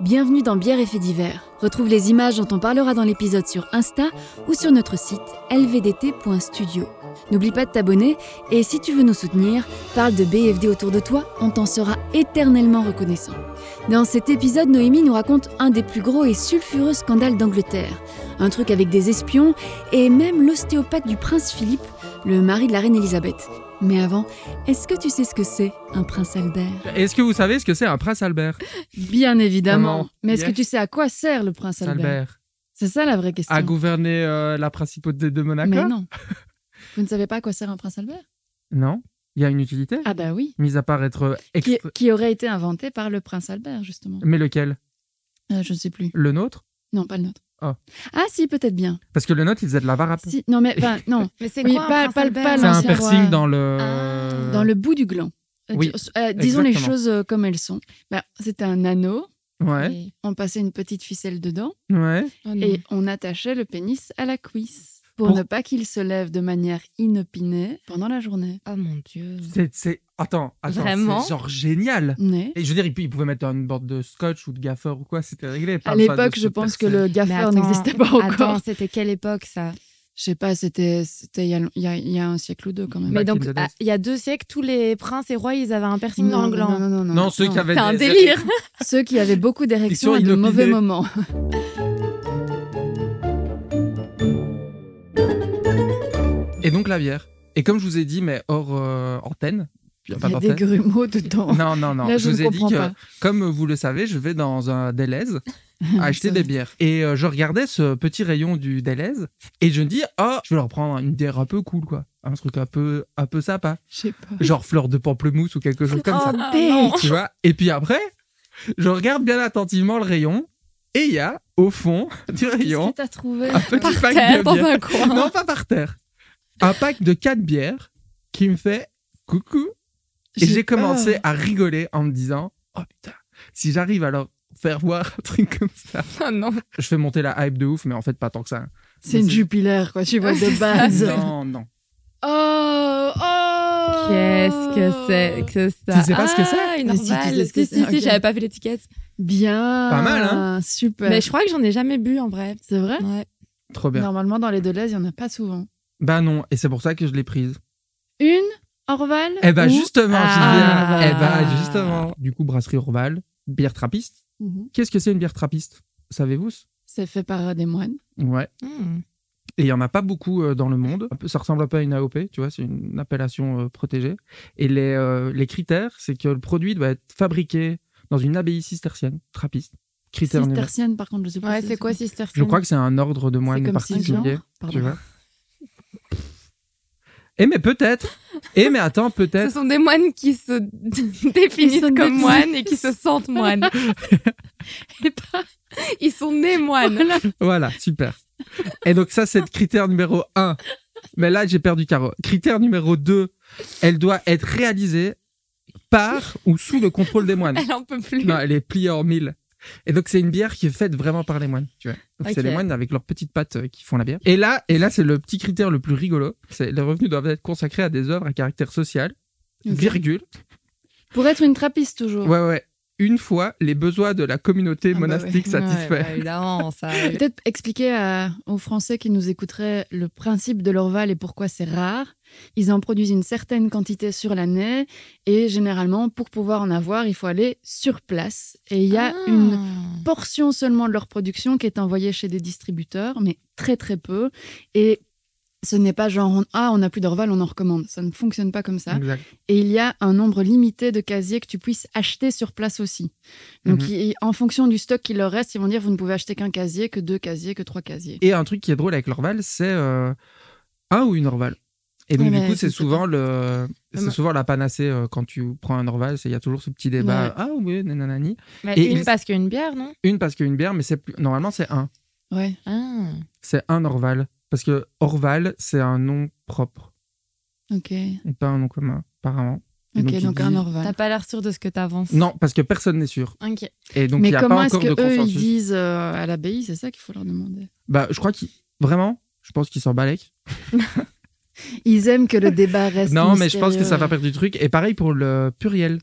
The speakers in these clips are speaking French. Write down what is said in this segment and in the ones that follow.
Bienvenue dans Bière et Faits divers. Retrouve les images dont on parlera dans l'épisode sur Insta ou sur notre site lvdt.studio. N'oublie pas de t'abonner et si tu veux nous soutenir, parle de BFD autour de toi, on t'en sera éternellement reconnaissant. Dans cet épisode, Noémie nous raconte un des plus gros et sulfureux scandales d'Angleterre. Un truc avec des espions et même l'ostéopathe du prince Philippe, le mari de la reine Elisabeth. Mais avant, est-ce que tu sais ce que c'est un prince Albert Est-ce que vous savez ce que c'est un prince Albert Bien évidemment. Comment Mais est-ce que Yes. tu sais à quoi sert le prince Albert, C'est ça la vraie question. a gouverné euh, la principauté de Monaco Mais non. Vous ne savez pas à quoi sert un prince Albert Non. Il y a une utilité, Ah bah oui. mis à part être extra- Qui, qui aurait été inventé par le prince Albert, justement. Mais lequel Euh, je ne sais plus. Le nôtre Non, pas le nôtre. Ah. Ah si, peut-être bien. Parce que le nôtre, il faisait de la varap. Si, non, mais enfin, non. Mais c'est Oui, quoi pas- un prince pas le- Albert pas C'est un l'ancien piercing roi. dans le... Ah. Dans le bout du gland. Euh, Oui, dis- euh, disons les exactement. choses euh, comme elles sont. Bah, C'était un anneau. Ouais, et on passait une petite ficelle dedans ouais. Oh non. et on attachait le pénis à la cuisse pour, Mm. Pour- ne pas qu'il se lève de manière inopinée pendant la journée. Oh mon dieu. C'est... c'est- Attends, attends, Vraiment c'est genre génial Mais et je veux dire, il pou- il pouvait mettre une borne de scotch ou de gaffer ou quoi, c'était réglé. à Parle pas de l'époque, je cette pense que personne. le Mais gaffeur attends, n'existait pas encore. Attends, c'était quelle époque ça Je sais pas, c'était c'était il y a, il y a- il y a un siècle ou deux quand même. Mais Back in donc, the days. ah, il y a deux siècles, tous les princes et rois, ils avaient un piercing dans le Non, gland. non, non, non, Non, ceux qui avaient C'est un des- délire. Ceux qui avaient beaucoup d'érections à Ils sont de inopinés. mauvais moments. Et donc la bière. Et comme je vous ai dit, mais hors euh, antenne, il y a pas Il y a des d'antenne. grumeaux dedans. Non, non, non. Oh. Là, je je, vous ne ai dit comprends que, pas. comme vous le savez, je vais dans un Deleuze acheter C'est des vrai. bières. Et euh, je regardais ce petit rayon du Deleuze et je me dis, oh, je vais leur prendre une bière un peu cool, quoi. Un truc un peu, un peu sympa. Je sais pas. Genre fleur de pamplemousse ou quelque chose comme ça. Oh, bête. Tu vois Et puis après, je regarde bien attentivement le rayon et il y a, au fond du Qu'est-ce rayon, que t'as trouvé un petit Par pack terre, de dans bières. un coin. Non, pas par terre. Un pack de quatre bières qui me fait coucou. Et j'ai peur. commencé à rigoler en me disant Oh putain, si j'arrive à leur faire voir un truc comme ça. Oh non. Je fais monter la hype de ouf, mais en fait, pas tant que ça. C'est une Mais jupilaire, quoi, tu vois, de base. Non, non. Oh, oh Qu'est-ce que c'est que ça Tu sais pas ce que c'est Ah, une Mais si, tu normale. sais ce que Si, si, c'est, ok. si, j'avais pas vu l'étiquette. Bien. Pas mal, hein Super. Mais je crois que j'en ai jamais bu en vrai. C'est vrai Ouais. Trop bien. Normalement, dans les Deleuze, il n'y en a pas souvent. Bah non, et c'est pour ça que je l'ai prise. Une Orval Eh bah ou- justement, Ah. j'y viens. Eh bah justement. Du coup, brasserie Orval, bière trappiste. Mhm. Qu'est-ce que c'est une bière trappiste Savez-vous C'est fait par euh, des moines. Ouais. Hmm. Et il n'y en a pas beaucoup euh, dans le monde. Un peu- Ça ressemble un peu à une AOP, tu vois, c'est une appellation euh, protégée. Et les, euh, les critères, c'est que le produit doit être fabriqué dans une abbaye cistercienne, trappiste. Critère numéro- Cistercienne, par contre, je sais pas. Ouais, si c'est quoi ça. Je Cistercienne crois que c'est un ordre de moines comme particulier, Saint-Jean, pardon. tu vois. Eh mais peut-être. Eh mais attends, ce peut-être. sont des moines qui se Ils définissent sont comme des- moines et qui se sentent moines. et pas, ils sont nés moines. Voilà, super. Et donc ça, c'est le critère numéro 1. Mais là, j'ai perdu Caro. Critère numéro 2, elle doit être réalisée par ou sous le contrôle des moines. Elle en peut plus. Non, elle est pliée en mille. Et donc, c'est une bière qui est faite vraiment par les moines. Tu vois. Donc, c'est Ok. les moines avec leurs petites pattes euh, qui font la bière. Et là, et là c'est le petit critère le plus rigolo. C'est les revenus doivent être consacrés à des œuvres à caractère social, Ok. virgule. Pour être une trappiste, toujours. Ouais, ouais. Une fois les besoins de la communauté Ah bah monastique Ouais, satisfaits. bah, évidemment, ça. Peut-être expliquer à- aux Français qui nous écouteraient le principe de l'orval et pourquoi c'est rare. Ils en produisent une certaine quantité sur l'année et généralement, pour pouvoir en avoir, il faut aller sur place. Et il y a Ah. une portion seulement de leur production qui est envoyée chez des distributeurs, mais très très peu. Et ce n'est pas genre on- ah on n'a plus d'Orval, on en recommande. Ça ne fonctionne pas comme ça. Exact. Et il y a un nombre limité de casiers que tu puisses acheter sur place aussi. Donc Mhm. ils- en fonction du stock qu'il leur reste, ils vont dire vous ne pouvez acheter qu'un casier, que deux casiers, que trois casiers. Et un truc qui est drôle avec l'Orval, c'est euh, un ou une Orval. Et donc, Ouais, Ah du mais coup, je sais c'est souvent, le, Mais bah. c'est moi- souvent la panacée euh, quand tu prends un Orval. c'est- Il y a toujours ce petit débat. Ouais. Ah oui, nananani. Mais Et une ils- parce qu'une bière, non Une parce qu'une bière, mais c'est plus... normalement, c'est un. Ouais. Ah. c'est un Orval. Parce que Orval, c'est un nom propre Ok. et pas un nom commun, apparemment. Et Ok. donc, Donc, il un dit- T'as Orval. pas l'air sûr de ce que t'avances. Non, parce que personne n'est sûr. Ok. Et donc, il mais n'y a pas comment est-ce encore que de eux ils consensus. disent euh, à l'abbaye C'est ça qu'il faut leur demander. Bah, je crois qu'il. Vraiment Je pense qu'il s'en balèque. Ils aiment que le débat reste. Non, mais je pense que mystérieux. ça va perdre du truc. Et pareil pour le pluriel.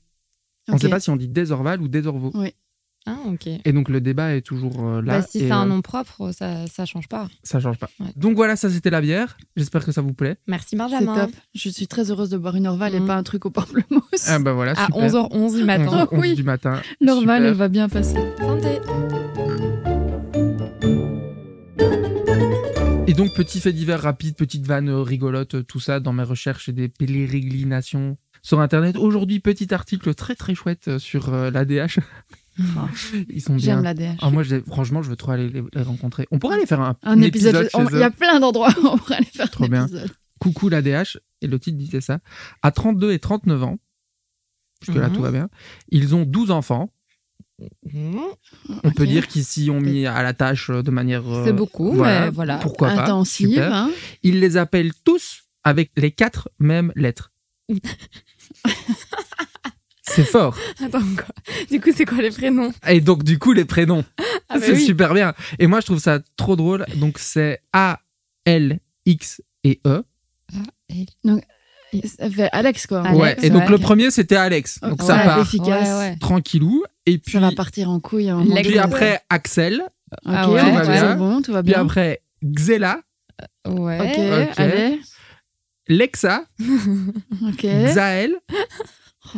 On ne Ok. sait pas si on dit des Orval ou des Orvaux. Ouais. Ah, ok. Et donc le débat est toujours euh, là. Bah, si et, c'est un euh, nom propre, ça, ça change pas. Ça change pas. Ouais. Donc voilà, ça c'était la bière. J'espère que ça vous plaît. Merci C'est Benjamin. top. Je suis très heureuse de boire une Orval Mhm. et pas un truc au pamplemousse. Ah bah voilà, À super. 11h11, il m'attend. 11, 11 Oui. du matin. L'Orval, Super. elle va bien passer. Santé. Et donc, petit fait divers rapide, petite vanne euh, rigolote, euh, tout ça dans mes recherches et des pérégrinations sur Internet. Aujourd'hui, petit article très très chouette euh, sur l'ADH. Ils sont bien. J'aime la DH. Ah, moi, j'ai- franchement, je veux trop aller les, les rencontrer. On pourrait aller faire un, Un épisode. on- chez Il y eux. a plein d'endroits où on pourrait aller faire Trop un bien. épisode. Coucou l'ADH, et le titre disait ça. À 32 et 39 ans, puisque là Mhm. tout va bien, ils ont 12 enfants. Mmh. On peut Ok. dire qu'ils s'y ont mis à la tâche euh, de manière. euh, C'est beaucoup, voilà. mais voilà. Pourquoi pas Intensive. Super. hein. Ils les appellent tous avec les quatre mêmes lettres. c'est fort. Attends, quoi Du coup, c'est quoi les prénoms Et donc, du coup, les prénoms. Ah, bah c'est oui. super bien. Et moi, je trouve ça trop drôle. Donc, c'est A, L, X et E. Ça fait euh, Alex, quoi. Alex, ouais. Et donc, ouais. le premier, c'était Alex. Donc, Ouais, ça part efficace. Ouais, ouais. tranquillou. Et puis, Ça va partir en couille. à un moment Lex- puis donné. après, Axel. Ok, Ah ouais, on tout va va bien. c'est bon, tout va Puis bien. après, Xela, Ouais. Ok, Ok. allez. Lexa, Ok. Oh, Xael.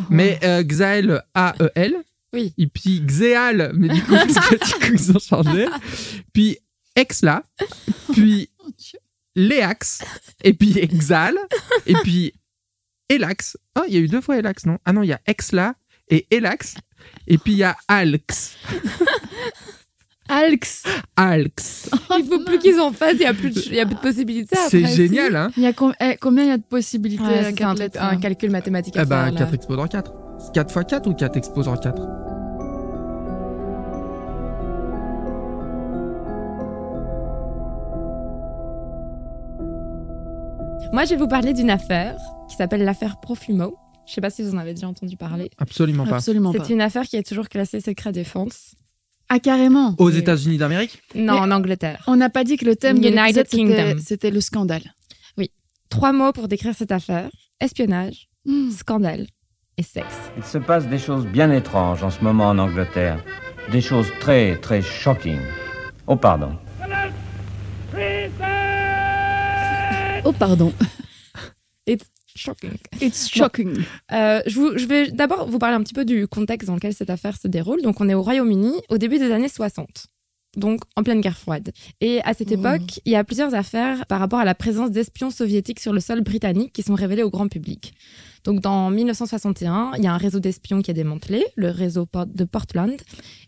Mais euh, Xael, A-E-L. Oui. Et puis Xéal, mais du coup, parce que du coup, ils ont changé. Puis Exla. Puis Léax. Et puis Exal. Et puis Elax. Oh, il y a eu deux fois Elax, non Ah non, il y a Exla et Elax. Et puis il y a Alx. Alex. Alx. Il faut plus qu'ils en fassent, il n'y a, plus de- il y a plus de possibilités après. C'est si. génial, hein Il y a com- eh, combien il y a de possibilités Ouais, à c'est quatre un, lettres un hein calcul mathématique à Eh ben, faire, là. 4 exposants 4. 4 x 4 ou 4 exposants 4 Moi, je vais vous parler d'une affaire qui s'appelle l'affaire Profumo. Je sais pas si vous en avez déjà entendu parler. Absolument pas. hein? Absolument pas. C'est une affaire qui est toujours classée secret défense. Ah, carrément. Aux États-Unis d'Amérique Non, Mais- en Angleterre. On n'a pas dit que le thème de United l'épisode, c'était- Kingdom. c'était le scandale. Trois mots pour décrire cette affaire. Espionnage, Hmm. scandale et sexe. Il se passe des choses bien étranges en ce moment en Angleterre. Des choses très, très shocking. Oh, pardon. Oh, pardon. Shocking. It's shocking. Euh, je, vous- je vais d'abord vous parler un petit peu du contexte dans lequel cette affaire se déroule. Donc, on est au Royaume-Uni au début des années 60, donc en pleine guerre froide. Et à cette Wow. époque, il y a plusieurs affaires par rapport à la présence d'espions soviétiques sur le sol britannique qui sont révélées au grand public. Donc, dans 1961, il y a un réseau d'espions qui est démantelé, le réseau Por- de Portland.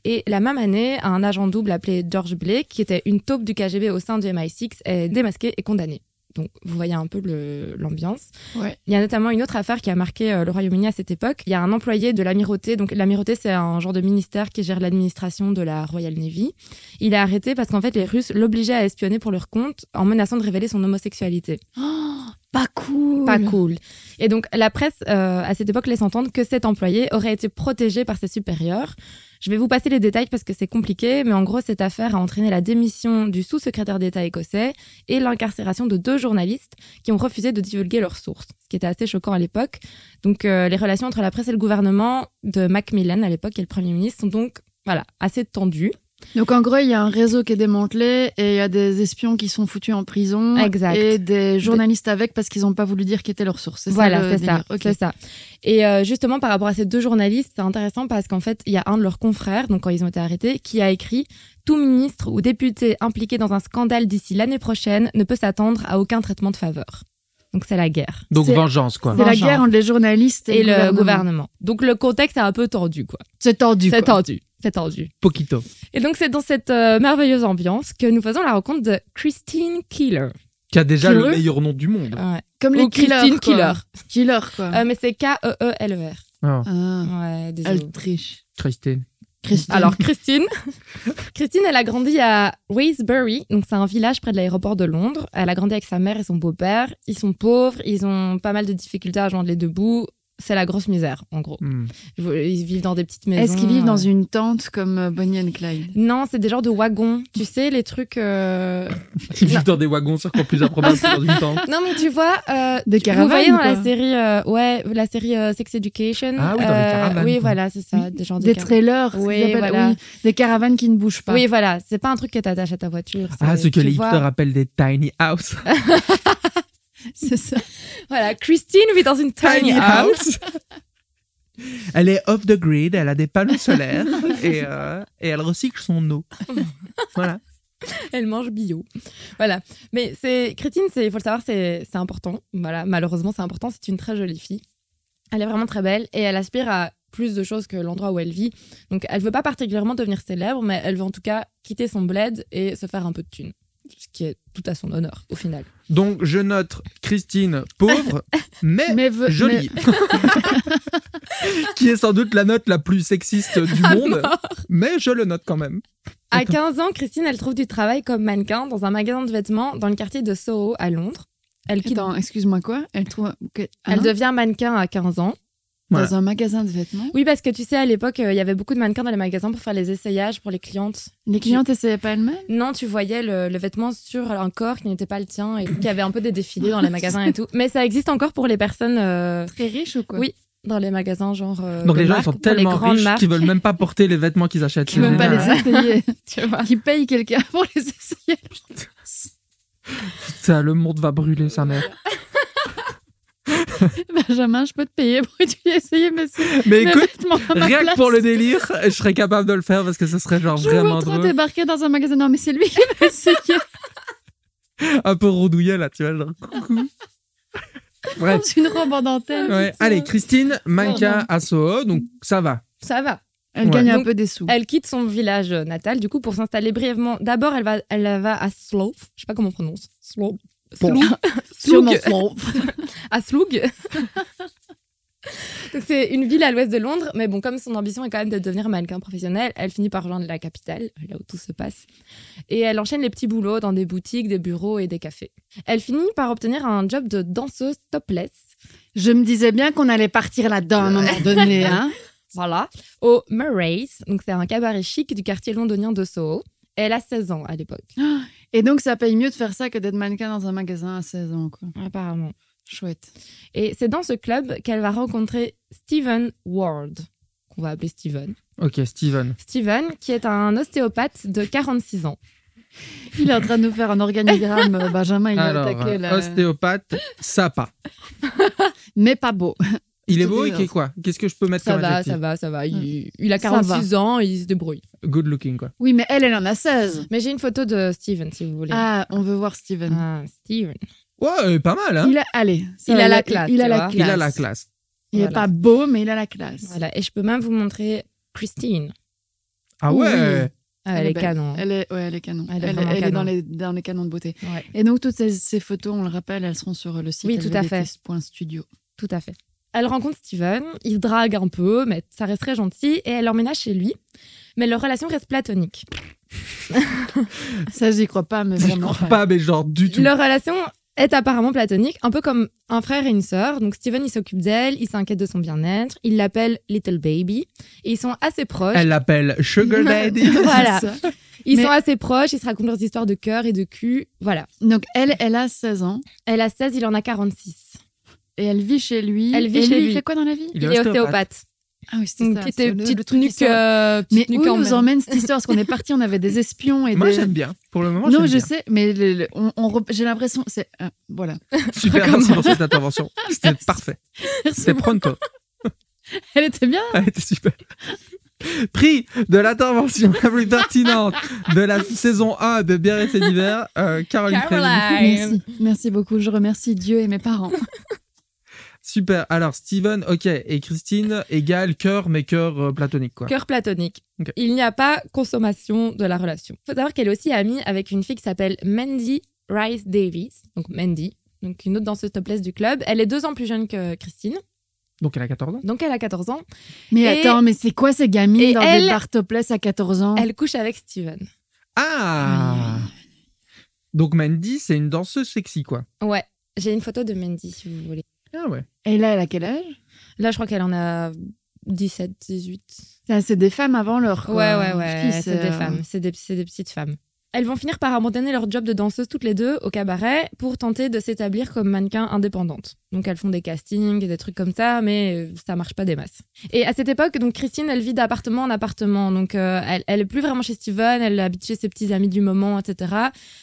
Et la même année, un agent double appelé George Blake, qui était une taupe du KGB au sein du MI6, est démasqué et condamné. Donc, vous voyez un peu le- l'ambiance. Ouais. Il y a notamment une autre affaire qui a marqué euh, le Royaume-Uni à cette époque. Il y a un employé de l'amirauté. Donc, l'amirauté, c'est un genre de ministère qui gère l'administration de la Royal Navy. Il est arrêté parce qu'en fait, les Russes l'obligeaient à espionner pour leur compte en menaçant de révéler son homosexualité. Oh, pas cool. Pas cool. Et donc, la presse, euh, à cette époque, laisse entendre que cet employé aurait été protégé par ses supérieurs. Je vais vous passer les détails parce que c'est compliqué, mais en gros, cette affaire a entraîné la démission du sous-secrétaire d'État écossais et l'incarcération de deux journalistes qui ont refusé de divulguer leurs sources, ce qui était assez choquant à l'époque. Donc, euh, les relations entre la presse et le gouvernement de Macmillan, à l'époque, et le Premier ministre, sont donc voilà, assez tendues. Donc en gros, il y a un réseau qui est démantelé et il y a des espions qui sont foutus en prison Exact. et des journalistes avec parce qu'ils n'ont pas voulu dire qui étaient leurs sources. C'est Voilà, ça le c'est ça, délire. Ok. c'est ça. Et euh, justement, par rapport à ces deux journalistes, c'est intéressant parce qu'en fait, il y a un de leurs confrères, donc quand ils ont été arrêtés, qui a écrit Tout ministre ou député impliqué dans un scandale d'ici l'année prochaine ne peut s'attendre à aucun traitement de faveur. Donc c'est la guerre. Donc C'est- vengeance, quoi. C'est la Vengeance. guerre entre les journalistes et, Et le gouvernement. Donc le contexte est un peu tendu, quoi. C'est tendu. C'est quoi. tendu. C'est tendu. Poquito. Et donc c'est dans cette euh, merveilleuse ambiance que nous faisons la rencontre de Christine Keeler. Qui a déjà Qui le veut meilleur nom du monde. Ouais. Comme les Ou killers. Christine quoi. Keeler. Killer, quoi. Euh, mais c'est K-E-E-L-E-R. Ah, Ah, E Ouais, désolé. elle triche. Christine. Christine. Alors Christine, Christine, elle a grandi à Waysbury, donc c'est un village près de l'aéroport de Londres. Elle a grandi avec sa mère et son beau-père. Ils sont pauvres, ils ont pas mal de difficultés à joindre les deux bouts. c'est la grosse misère, en gros. Hmm. Ils vivent dans des petites maisons. Est-ce qu'ils vivent euh, dans une tente comme euh, Bonnie and Clyde Non, c'est des genres de wagons. Tu sais, les trucs. euh, Ils vivent dans des wagons, c'est encore plus improbable que dans une tente. Non, mais tu vois. euh, Des vous caravanes voyez dans la quoi. série, euh, ouais, la série euh, Sex Education. Ah oui, dans les euh, caravanes, oui, quoi. voilà, c'est ça, des genres de Des caravanes. trailers, Oui, ils appellent- voilà. oui, des caravanes qui ne bougent pas. Oui, voilà, c'est pas un truc que t'attaches à ta voiture. Ah, c'est- ce que tu les vois. hipsters appellent des tiny house. c'est ça. Voilà, Christine vit dans une tiny house. elle est off the grid, elle a des panneaux solaires et, euh, et elle recycle son eau. Voilà. Elle mange bio. Voilà. Mais c'est Crétine, c'est il faut le savoir, c'est c'est important. Voilà, malheureusement, c'est important. C'est une très jolie fille. Elle est vraiment très belle et elle aspire à plus de choses que l'endroit où elle vit. Donc, elle veut pas particulièrement devenir célèbre, mais elle veut en tout cas quitter son bled et se faire un peu de thune, ce qui est tout à son honneur au final. Donc je note Christine pauvre, mais, Mais, ve- mais- jolie. Qui est sans doute la note la plus sexiste du Ah, monde, mort. mais je le note quand même. À 15 ans, Christine, elle trouve du travail comme mannequin dans un magasin de vêtements dans le quartier de Soho à Londres. Elle quitte. Attends, excuse-moi quoi Elle trouve que- Hein Elle devient mannequin à 15 ans. Voilà. dans un magasin de vêtements. Oui, parce que tu sais, à l'époque, euh, il y avait beaucoup de mannequins dans les magasins pour faire les essayages pour les clientes. Les clientes essayaient pas elles-mêmes Non, tu voyais le, le vêtement sur un corps qui n'était pas le tien et qui avait un peu des défilés dans les magasins et tout. Mais ça existe encore pour les personnes euh, Très riches ou quoi Oui. dans les magasins, genre. euh, Donc de les gens ils marque, sont pour les tellement grandes riches marques. qu'ils veulent même pas porter les vêtements qu'ils achètent. Qui veulent C'est pas génial. les essayer Tu vois. Qui paye quelqu'un pour les essayer Ça, le monde va brûler sa mère. Benjamin, je peux te payer pour que tu les essayes, mais c'est Mais mes écoute, vêtements à ma rien que place. pour le délire, je serais capable de le faire parce que ce serait genre Je veux vraiment trop drôle. débarquer dans un magasin. Non, mais c'est lui qui va essayer Un peu rondouillet là, tu vois. Genre, coucou. Bref. dans une robe en dentelle. Ouais. Allez, Christine, Manka à Soho, donc ça va. Ça va. Elle Ouais. gagne un Donc, peu des sous. Elle quitte son village euh, natal, du coup, pour s'installer brièvement. D'abord, elle va, elle va à Slough. Je sais pas comment on prononce. Slough. Slough. Sûrement Slough. faux. à Slough. Donc c'est une ville à l'ouest de Londres, mais bon, comme son ambition est quand même de devenir mannequin professionnel, elle finit par rejoindre la capitale, là où tout se passe. Et elle enchaîne les petits boulots dans des boutiques, des bureaux et des cafés. Elle finit par obtenir un job de danseuse topless, Je me disais bien qu'on allait partir là-dedans à un moment donné. Hein voilà, au Murray's. Donc c'est un cabaret chic du quartier londonien de Soho. Et elle a 16 ans à l'époque, Et donc, ça paye mieux de faire ça que d'être mannequin dans un magasin à 16 ans. Quoi. apparemment. Chouette. Et c'est dans ce club qu'elle va rencontrer Stephen Ward, qu'on va appeler Stephen. Ok, Steven. Stephen, qui est un ostéopathe de 46 ans. Il est en train de nous faire un organigramme, euh, Benjamin. Il Alors, a attaqué euh, là. ostéopathe, sapa. Mais pas beau. Il est Tout beau et est qui est quoi Qu'est-ce que je peux mettre Ça comme va, adjectif ça va, ça va. Il, il a Ça 46 ans, il se débrouille. Good looking, quoi. Oui, mais elle, elle en a 16. Mais j'ai une photo de Steven, si vous voulez. Ah, on veut voir Steven. Ah, Steven. Ouais, euh, pas mal, hein Il a, allez, ça Il va, a la classe, Il a tu la vois. classe. Il a la classe. Il est Voilà. pas beau, mais il a la classe. Voilà. Et je peux même vous montrer Christine. Ah Oui. ouais Ah, Elle elle est est belle. canon. Elle est, ouais, elle est canon. Elle Elle, est est- vraiment elle est canon. dans les, dans les canons de beauté. Ouais, Et donc, toutes ces, ces photos, on le rappelle, elles seront sur le site Oui, tout à fait. lvdt.studio. tout à fait. Elle rencontre Steven, il se drague un peu, mais ça reste très gentil, et elle l'emménage chez lui. Mais leur relation reste platonique. Ça, j'y crois pas, mais Je vraiment. crois pas, mais genre du tout. Leur relation est apparemment platonique, un peu comme un frère et une sœur. Donc Steven, il s'occupe d'elle, il s'inquiète de son bien-être, il l'appelle Little Baby, et ils sont assez proches. Elle l'appelle Sugar Daddy. Voilà. C'est ça. Ils Mais- sont assez proches, ils se racontent leurs histoires de cœur et de cul. Voilà. Donc, elle, elle a 16 ans Elle a 16, il en a 46. et elle vit chez lui. Elle vit Et chez lui. lui. Il fait quoi dans la vie Il, est ostéopathe. Ah oui, c'est Une ça. petite, c'est le- petite le truc qui nuque, sort. euh, Mais petite nuque où en nous main. emmène cette histoire Parce qu'on est parti, on avait des espions et Moi, des. j'aime bien. Pour le moment, non, je j'aime sais, mais le- le- on- on rep- j'ai l'impression. c'est euh, voilà. bien. Super, merci pour cette intervention. C'était parfait. C'était pronto. Elle était bien. Elle était Ah, super. Prix de l'intervention la plus pertinente de la saison 1 de Bien et d'hiver, euh, Caroline Préville. Caroline. Merci, merci beaucoup. Je remercie Dieu et mes parents. Super. Alors, Steven, ok. Et Christine, égale cœur, mais cœur euh, platonique, quoi. Cœur platonique. Ok. Il n'y a pas consommation de la relation. Il faut savoir qu'elle est aussi amie avec une fille qui s'appelle Mandy Rice Davis. Donc Mandy, donc une autre danseuse topless du club. Elle est deux ans plus jeune que Christine. Donc, elle a 14 ans. Donc elle a 14 ans. Mais Et- attends, mais c'est quoi ces gamines et dans elle- des bars topless à 14 ans Elle couche avec Steven. Ah Donc, Mandy, c'est une danseuse sexy, quoi. Ouais. J'ai une photo de Mandy si vous voulez. Ah ouais. Et là, elle a quel âge Là, je crois qu'elle en a 17, 18. C'est c'est des femmes avant leur Ouais, quoi. ouais, ouais. fils, C'est des euh, femmes. C'est des, c'est des petites femmes. Elles vont finir par abandonner leur job de danseuse toutes les deux au cabaret pour tenter de s'établir comme mannequin indépendante. Donc elles font des castings et des trucs comme ça, mais euh, ça marche pas des masses. Et à cette époque, donc Christine, elle vit d'appartement en appartement. Donc euh, elle, elle est plus vraiment chez Steven, elle habite chez ses petits amis du moment, etc.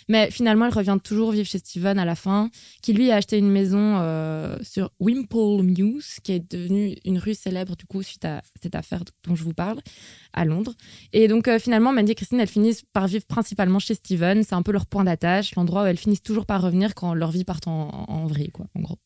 Mais finalement, elle revient toujours vivre chez Steven à la fin, qui lui a acheté une maison euh, sur Wimpole Mews, qui est devenue une rue célèbre du coup suite à cette affaire dont je vous parle, à Londres. Et donc euh, finalement, Mandy et Christine, elles finissent par vivre principalement chez Steven. C'est un peu leur point d'attache, l'endroit où elles finissent toujours par revenir quand leur vie part en, en vrille, quoi, en gros.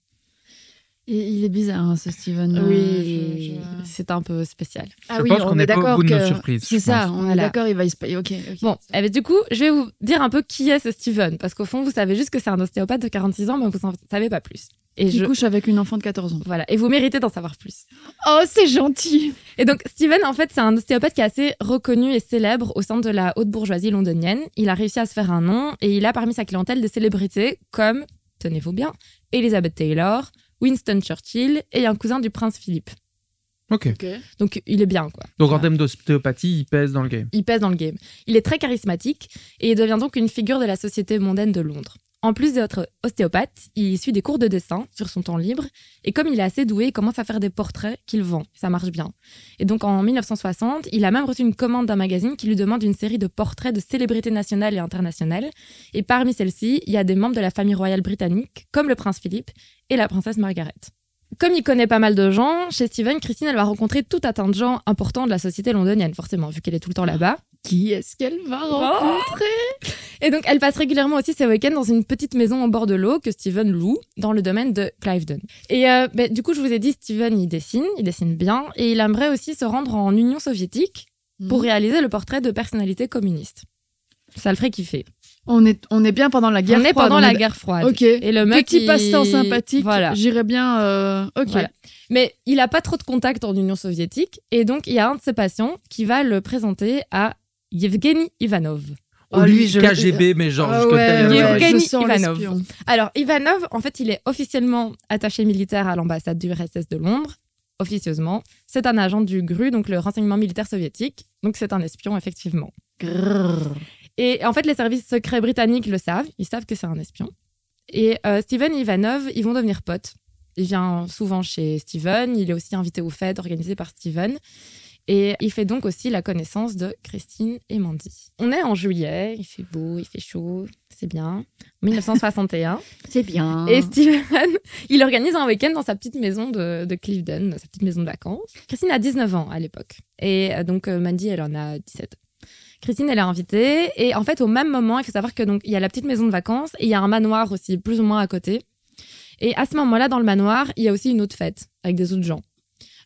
Il, il est bizarre, hein, ce Steven. euh, je- je- c'est un peu spécial. Ah Je oui, pense on qu'on est est pas au d'accord bout de nos que- surprises, C'est je ça, pense. on est Voilà. d'accord, il va y se payer. Ok, ok. Bon, eh ben, du coup, je vais vous dire un peu qui est ce Steven, parce qu'au fond, vous savez juste que c'est un ostéopathe de 46 ans, mais vous en savez pas plus. Et Qui je... couche avec une enfant de 14 ans. Voilà, et vous méritez d'en savoir plus. Oh, c'est gentil. Et donc, Steven, en fait, c'est un ostéopathe qui est assez reconnu et célèbre au sein de la haute bourgeoisie londonienne. Il a réussi à se faire un nom et il a parmi sa clientèle des célébrités comme, tenez-vous bien, Elizabeth Taylor, Winston Churchill et un cousin du prince Philippe. Ok. Donc, il est bien, quoi. Donc en Voilà. termes d'ostéopathie, il pèse dans le game. Il pèse dans le game. Il est très charismatique et il devient donc une figure de la société mondaine de Londres. En plus d'être ostéopathe, il suit des cours de dessin sur son temps libre et comme il est assez doué, il commence à faire des portraits qu'il vend. Ça marche bien. Et donc en 1960, il a même reçu une commande d'un magazine qui lui demande une série de portraits de célébrités nationales et internationales. Et parmi celles-ci, il y a des membres de la famille royale britannique, comme le prince Philippe et la princesse Margaret. Comme il connaît pas mal de gens, chez Steven, Christine, elle va rencontrer tout un tas de gens importants de la société londonienne, forcément, vu qu'elle est tout le temps là-bas. Qui est-ce qu'elle va Oh. rencontrer Et donc, elle passe régulièrement aussi ses week-ends dans une petite maison au bord de l'eau que Steven loue dans le domaine de Cliveden. Et euh, ben, du coup, je vous ai dit, Steven, il dessine, il dessine bien, et il aimerait aussi se rendre en Union soviétique pour Mhm. réaliser le portrait de personnalités communistes. Ça le ferait kiffer. On est, on est bien pendant la guerre. on est froide, pendant la d- guerre froide. Ok. Et le mec, Petit il- passe-temps sympathique. Voilà. J'irais bien. euh, Ok. Voilà. Mais il n'a pas trop de contacts en Union soviétique, et donc il y a un de ses patients qui va le présenter à Yevgeny Ivanov. Oh, lui, je- KGB, mais genre Ah jusqu'au ouais, dernier Il ouais, degré. Evgeny je sens Ivanov. l'espion. Alors, Ivanov, en fait, il est officiellement attaché militaire à l'ambassade du RSS de Londres, officieusement. C'est un agent du GRU, donc le renseignement militaire soviétique. Donc, c'est un espion, effectivement. Grrr. Et en fait, les services secrets britanniques le savent. Ils savent que c'est un espion. Et euh, Steven et Ivanov, ils vont devenir potes. Il vient souvent chez Steven. Il est aussi invité aux fêtes organisées par Steven. Et il fait donc aussi la connaissance de Christine et Mandy. On est en juillet, il fait beau, il fait chaud, c'est bien. 1961. C'est bien. Et Steven, il organise un week-end dans sa petite maison de, de Cliveden, sa petite maison de vacances. Christine a 19 ans à l'époque. Et euh, donc, euh, Mandy, elle en a 17. Christine, elle est invitée. Et en fait, au même moment, il faut savoir que donc il y a la petite maison de vacances et il y a un manoir aussi, plus ou moins à côté. Et à ce moment-là, dans le manoir, il y a aussi une autre fête avec des autres gens.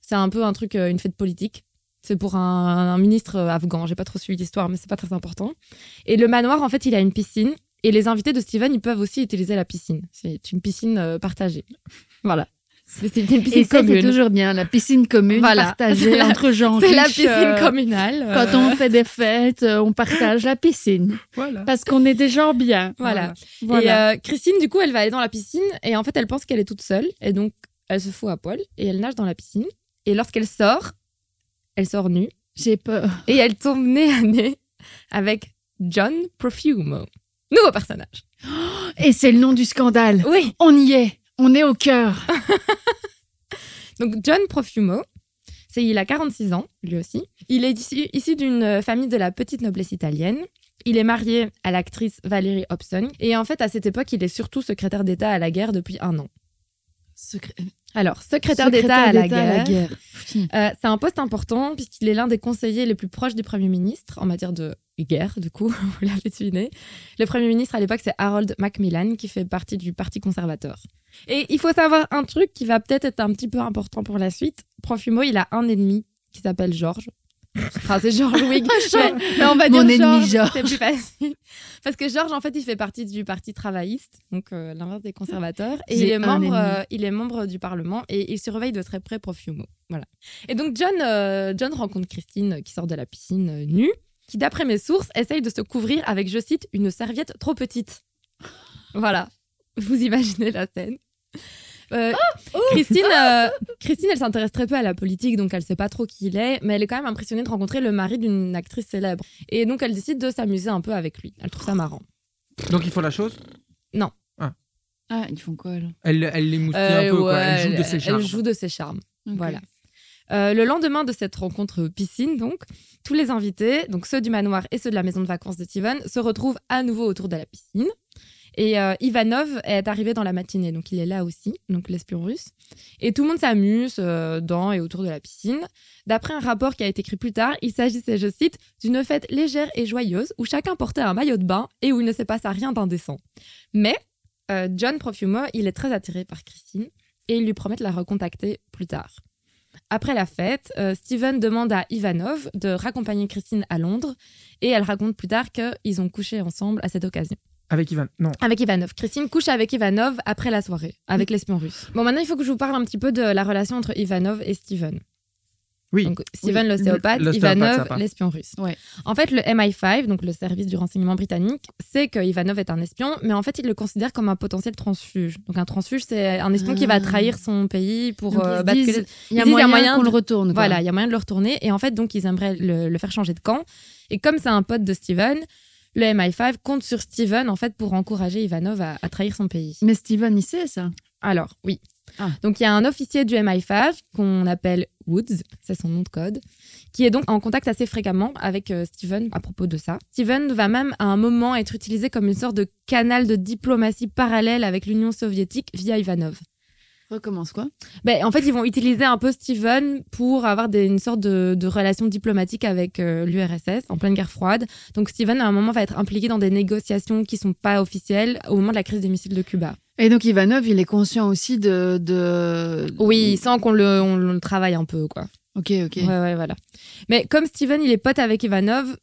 C'est un peu un truc, euh, une fête politique. C'est pour un, un ministre euh, afghan. J'ai pas trop suivi l'histoire, mais c'est pas très important. Et le manoir, en fait, il a une piscine. Et les invités de Steven, ils peuvent aussi utiliser la piscine. C'est une piscine euh, partagée. Voilà. C'est c'est une piscine Et ça, c'est commune. toujours bien, la piscine commune Voilà. C'est partagée la- entre gens C'est la riches, piscine euh, communale. euh, Quand on fait des fêtes, euh, on partage la piscine Voilà. parce qu'on est des gens bien. Voilà. Voilà. Et euh, Christine, du coup, elle va aller dans la piscine et en fait, elle pense qu'elle est toute seule et donc elle se fout à poil et elle nage dans la piscine. Et lorsqu'elle sort, elle sort nue J'ai peur. et elle tombe nez à nez avec John Profumo. Nouveau personnage. Et c'est le nom du scandale. Oui. On y est. On est au cœur. Donc John Profumo, c'est il a 46 ans, lui aussi. Il est issu, issu d'une euh, famille de la petite noblesse italienne. Il est marié à l'actrice Valérie Hobson et en fait, à cette époque, il est surtout secrétaire d'État à la guerre depuis un an. Secré- Alors, secrétaire, d'État à la guerre. Putain. Euh, c'est un poste important puisqu'il est l'un des conseillers les plus proches du Premier ministre en matière de guerre, du coup, vous l'avez deviné. Le Premier ministre à l'époque, c'est Harold Macmillan, qui fait partie du Parti conservateur. Et il faut savoir un truc qui va peut-être être un petit peu important pour la suite. Profumo, il a un ennemi qui s'appelle George. Enfin, c'est George Wigg. mais, mais on va Ah, Mon dire ennemi George, George. c'est plus facile. Parce que George, en fait, il fait partie du Parti travailliste, donc euh, l'inverse des conservateurs. Et il J'ai est, un membre, ennemi. euh, il est membre du Parlement et il surveille de très près Profumo. Voilà. Et donc, John, euh, John rencontre Christine euh, qui sort de la piscine euh, nue, qui, d'après mes sources, essaye de se couvrir avec, je cite, une serviette trop petite. Voilà. Vous imaginez la scène. Euh, Oh, Christine, Ah. euh, Christine, elle s'intéresse très peu à la politique, donc elle sait pas trop qui il est, mais elle est quand même impressionnée de rencontrer le mari d'une actrice célèbre. Et donc elle décide de s'amuser un peu avec lui. Elle trouve ça marrant. Donc ils font la chose, Ah, ils font quoi là elle, elle les moustille un Euh, peu, quoi. ouais, elle joue de elle- ses elle charmes. joue de ses charmes. Ok. Voilà. Euh, le lendemain de cette rencontre piscine, donc, tous les invités, donc ceux du manoir et ceux de la maison de vacances de Steven, se retrouvent à nouveau autour de la piscine. Et euh, Ivanov est arrivé dans la matinée, donc il est là aussi, donc l'espion russe. Et tout le monde s'amuse euh, dans et autour de la piscine. D'après un rapport qui a été écrit plus tard, il s'agissait, je cite, d'une fête légère et joyeuse où chacun portait un maillot de bain et où il ne se passa rien d'indécent. Mais euh, John Profumo, il est très attiré par Christine et il lui promet de la recontacter plus tard. Après la fête, euh, Steven demande à Ivanov de raccompagner Christine à Londres et elle raconte plus tard qu'ils ont couché ensemble à cette occasion. Avec Ivan. Non. Avec Ivanov. Christine couche avec Ivanov après la soirée, Mm. avec l'espion russe. Bon, maintenant, il faut que je vous parle un petit peu de la relation entre Ivanov et Steven. Oui. Donc, Steven, l'ostéopathe, L'ostéopathe, ça Ivanov, part. l'espion russe. Ouais. En fait, le MI5, donc le service du renseignement britannique, sait que Ivanov est un espion, mais en fait, il le considère comme un potentiel transfuge. Donc, un transfuge, c'est un espion qui Ah. va trahir son pays pour Donc, euh, ils se battre disent, que- Il y a disent, il y a moyen, moyen qu'on de- le retourne. quoi. voilà, il y a moyen de le retourner. Et en fait, donc, ils aimeraient le, le faire changer de camp. Et comme c'est un pote de Steven, le MI5 compte sur Steven, en fait, pour encourager Ivanov à, à trahir son pays. Mais Steven, il sait ça. Alors, oui. Ah. Donc, il y a un officier du MI5 qu'on appelle Woods, c'est son nom de code, qui est donc en contact assez fréquemment avec euh, Steven à propos de ça. Steven va même à un moment être utilisé comme une sorte de canal de diplomatie parallèle avec l'Union soviétique via Ivanov. Recommence quoi Ben, en fait, ils vont utiliser un peu Steven pour avoir des- une sorte de, de relation diplomatique avec euh, l'URSS en pleine guerre froide. Donc Steven, à un moment, va être impliqué dans des négociations qui sont pas officielles au moment de la crise des missiles de Cuba. Et donc Ivanov, il est conscient aussi de. de... Oui, sans qu'on le, on le travaille un peu, quoi. Ok, ok. Ouais, ouais, voilà. Mais comme Steven, il est pote avec Ivanov,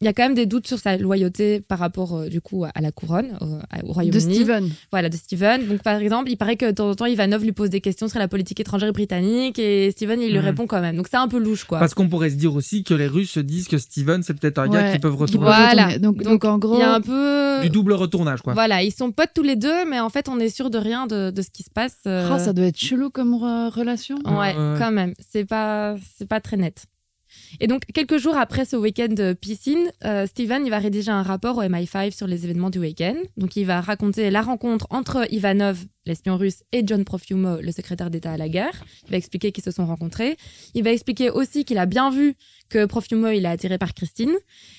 il y a quand même des doutes sur sa loyauté par rapport, euh, du coup, à la couronne, euh, à- au De Royaume-Uni. Steven. Voilà, de Steven. Donc, par exemple, il paraît que de temps en temps, Ivanov lui pose des questions sur la politique étrangère britannique et Steven, il lui Mm. Mhm. répond quand même. Donc, c'est un peu louche, quoi. Parce qu'on pourrait se dire aussi que les Russes se disent que Steven, c'est peut-être un gars Ouais, qui peuvent qui peut retrouver. Voilà. retourner. Donc, Donc, donc, en gros, Il y a un peu. Du double retournage, quoi. Voilà, ils sont potes tous les deux, mais en fait, on est sûr de rien de, de ce qui se passe. euh, Oh, ça doit être chelou comme re- relation. Ouais, Ouais. quand même. C'est pas, c'est pas très net. Et donc, quelques jours après ce week-end de piscine, euh, Steven, il va rédiger un rapport au MI5 sur les événements du week-end. Donc, il va raconter la rencontre entre Ivanov, l'espion russe, et John Profumo, le secrétaire d'État à la guerre. Il va expliquer qu'ils se sont rencontrés. Il va expliquer aussi qu'il a bien vu que Profumo, il est attiré par Christine.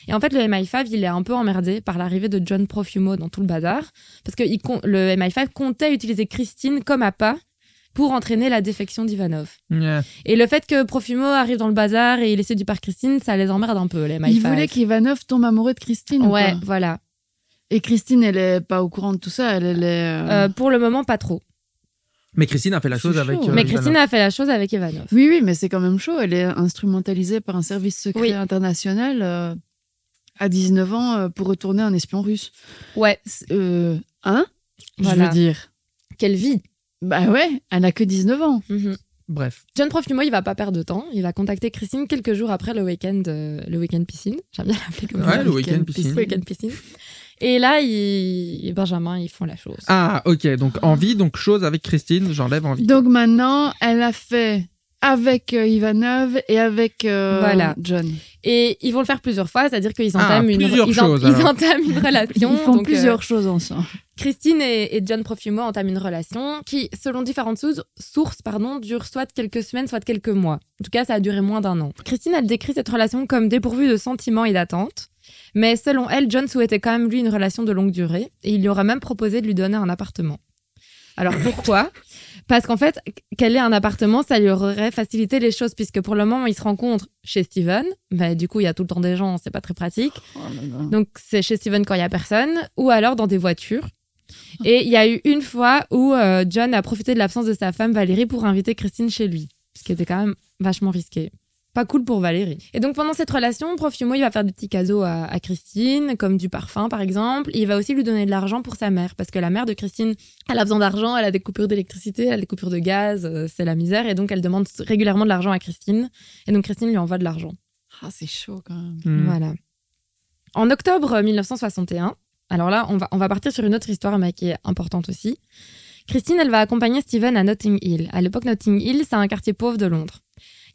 Et en fait, le MI5, il est un peu emmerdé par l'arrivée de John Profumo dans tout le bazar. Parce que il com- le MI5 comptait utiliser Christine comme appât pour entraîner la défection d'Ivanov. Ouais. Et le fait que Profumo arrive dans le bazar et il est séduit par Christine, ça les emmerde un peu, les My il Five. voulait qu'Ivanov tombe amoureux de Christine. ou Ouais, quoi voilà. Et Christine, elle est pas au courant de tout ça. Elle, elle est. euh, Euh, pour le moment, pas trop. Mais Christine a fait la C'est chose chaud. avec. euh, Mais Ivanov. Christine a fait la chose avec Ivanov. Oui, oui, mais c'est quand même chaud. Elle est instrumentalisée par un service secret Oui. international euh, à 19 ans euh, pour retourner un espion russe. Ouais, C'est- euh, hein Je Voilà. veux dire. quelle vie. Bah ouais, elle a que 19 ans. Mhm. Bref. John Profumo, il va pas perdre de temps. Il va contacter Christine quelques jours après le week-end, euh, le week-end piscine. J'aime bien l'appeler comme ça. Ouais, le week-end piscine. Le week-end piscine. Et là, il... et Benjamin, ils font la chose. Ah, ok. Donc envie, donc chose avec Christine, j'enlève envie. Donc maintenant, elle a fait avec euh, Ivanov et avec euh, Voilà. John. Et ils vont le faire plusieurs fois, c'est-à-dire qu'ils Ah, entament, une... plusieurs ils en- choses, ils alors. entament une relation. Ils font donc, euh, plusieurs choses ensemble. Christine et, et John Profumo entament une relation qui, selon différentes sous- sources, pardon, dure soit quelques semaines, soit quelques mois. En tout cas, ça a duré moins d'un an. Christine, elle décrit cette relation comme dépourvue de sentiments et d'attentes. Mais selon elle, John souhaitait quand même lui une relation de longue durée et il lui aurait même proposé de lui donner un appartement. Alors pourquoi Parce qu'en fait, qu'elle ait un appartement, ça lui aurait facilité les choses puisque pour le moment, ils se rencontrent chez Steven. Mais du coup, il y a tout le temps des gens, c'est pas très pratique. Oh Donc c'est chez Steven quand il y a personne, ou alors dans des voitures. Et il y a eu une fois où euh, John a profité de l'absence de sa femme Valérie pour inviter Christine chez lui, ce qui était quand même vachement risqué. Pas cool pour Valérie. Et donc pendant cette relation, Profumo, il va faire des petits cadeaux à, à Christine, comme du parfum par exemple. Et il va aussi lui donner de l'argent pour sa mère, parce que la mère de Christine, elle a besoin d'argent, elle a des coupures d'électricité, elle a des coupures de gaz, euh, c'est la misère. Et donc elle demande régulièrement de l'argent à Christine. Et donc Christine lui envoie de l'argent. Ah, c'est chaud quand même. Hmm. Voilà. En octobre 1961, alors là, on va, on va partir sur une autre histoire, mais qui est importante aussi. Christine, elle va accompagner Steven à Notting Hill. À l'époque, Notting Hill, c'est un quartier pauvre de Londres.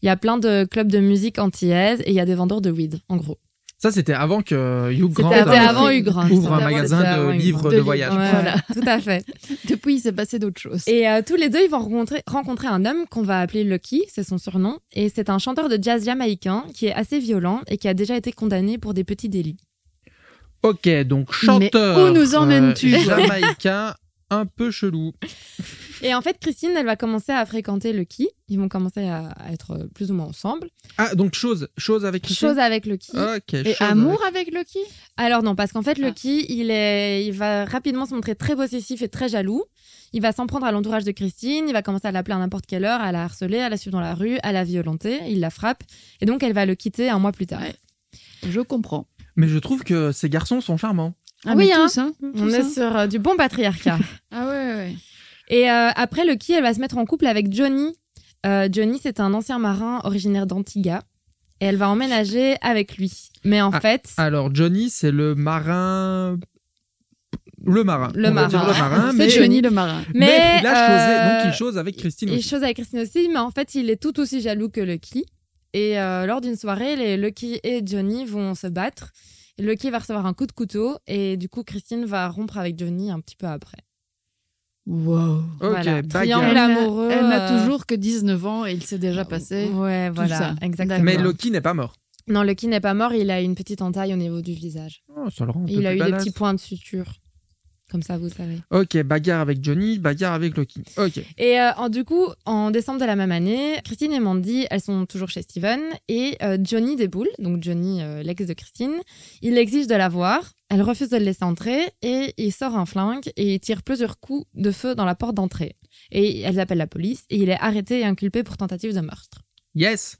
Il y a plein de clubs de musique antillaise et il y a des vendeurs de weed, en gros. Ça, c'était avant que Hugh Grant C'était Grande, avant euh, Hugh Grant. ouvre un C'était avant- magasin c'était avant de Hugh livres Grant. de, livres. voyage. Ouais, Voilà. tout à fait. Depuis, il s'est passé d'autres choses. Et euh, tous les deux, ils vont rencontrer, rencontrer un homme qu'on va appeler Lucky, c'est son surnom, et c'est un chanteur de jazz jamaïcain qui est assez violent et qui a déjà été condamné pour des petits délits. Ok, donc chanteur. où nous emmènes-tu euh, Jamaïcain, un peu chelou. Et en fait, Christine, elle va commencer à fréquenter Lucky, ils vont commencer à, à être plus ou moins ensemble. Ah, donc chose, chose avec Christine. Chose avec Lucky. Ok, Et chose amour avec Loki Alors non, parce qu'en fait, Lucky, il, est, il va rapidement se montrer très possessif et très jaloux. Il va s'en prendre à l'entourage de Christine, il va commencer à l'appeler à n'importe quelle heure, à la harceler, à la suivre dans la rue, à la violenter, il la frappe, et donc elle va le quitter un mois plus tard. Ouais. Je comprends. avec- Mais je trouve que ces garçons sont charmants. Ah, Oui, mais hein. tous, hein. On Tous, est hein. sur euh, du bon patriarcat. Ah ouais, ouais. Et euh, après, Lucky, elle va se mettre en couple avec Johnny. Euh, Johnny, c'est un ancien marin originaire d'Antigua. Et elle va emménager avec lui. Mais en Ah, fait, Alors Johnny, c'est le marin. Le marin. Le On va dire marin. Le marin, C'est Ah, mais... C'est Johnny le marin. mais mais, il a euh, chosé, donc il chose avec Christine il aussi. chose avec Christine aussi, mais en fait, il est tout aussi jaloux que Lucky. Et euh, lors d'une soirée, les Lucky et Johnny vont se battre. Lucky va recevoir un coup de couteau et du coup, Christine va rompre avec Johnny un petit peu après. Wow. Ok, voilà. bagarre. Triangle. Elle, n'a- amoureux, elle n'a euh, Ah, toujours que 19 ans et il s'est déjà passé. Ouais, voilà, ça. exactement. D'accord. Mais Loki n'est pas mort. Non, Lucky n'est pas mort, il a une petite entaille au niveau du visage. Oh, ça le rend un peu Il a plus eu des badass. petits points de suture. Comme ça, vous savez. Ok, bagarre avec Johnny, bagarre avec Loki. Ok. Et euh, en- du coup, en décembre de la même année, Christine et Mandy, elles sont toujours chez Steven. Et euh, Johnny déboule, donc Johnny, euh, l'ex de Christine. Il exige de la voir. Elle refuse de le laisser entrer. Et il sort un flingue et il tire plusieurs coups de feu dans la porte d'entrée. Et elles appellent la police. Et il est arrêté et inculpé pour tentative de meurtre. Yes.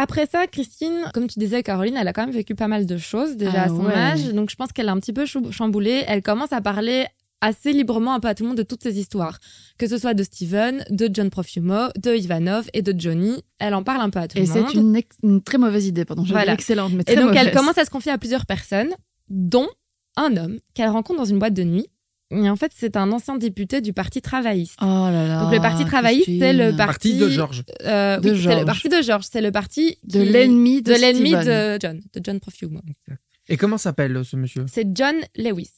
Après ça, Christine, comme tu disais, Caroline, elle a quand même vécu pas mal de choses Ah déjà à son ouais. âge. Donc je pense qu'elle a un petit peu chou- chamboulée. Elle commence à parler assez librement un peu à tout le monde de toutes ces histoires. Que ce soit de Steven, de John Profumo, de Ivanov et de Johnny. Elle en parle un peu à tout Et le monde. c'est une, ex- une très mauvaise idée, pardon. Je Voilà. dis excellente, mais très Et donc elle mauvaise. commence à se confier à plusieurs personnes, dont un homme qu'elle rencontre dans une boîte de nuit. Et en fait, c'est un ancien député du Parti travailliste. Oh là là. Donc le Parti travailliste, c'est le Christine. Partie parti de George. euh, De oui, c'est le Georges. parti de Georges. C'est le parti De qui- l'ennemi de de l'ennemi Steven. de John, de John Profumo. Et comment s'appelle euh, ce monsieur C'est John Lewis.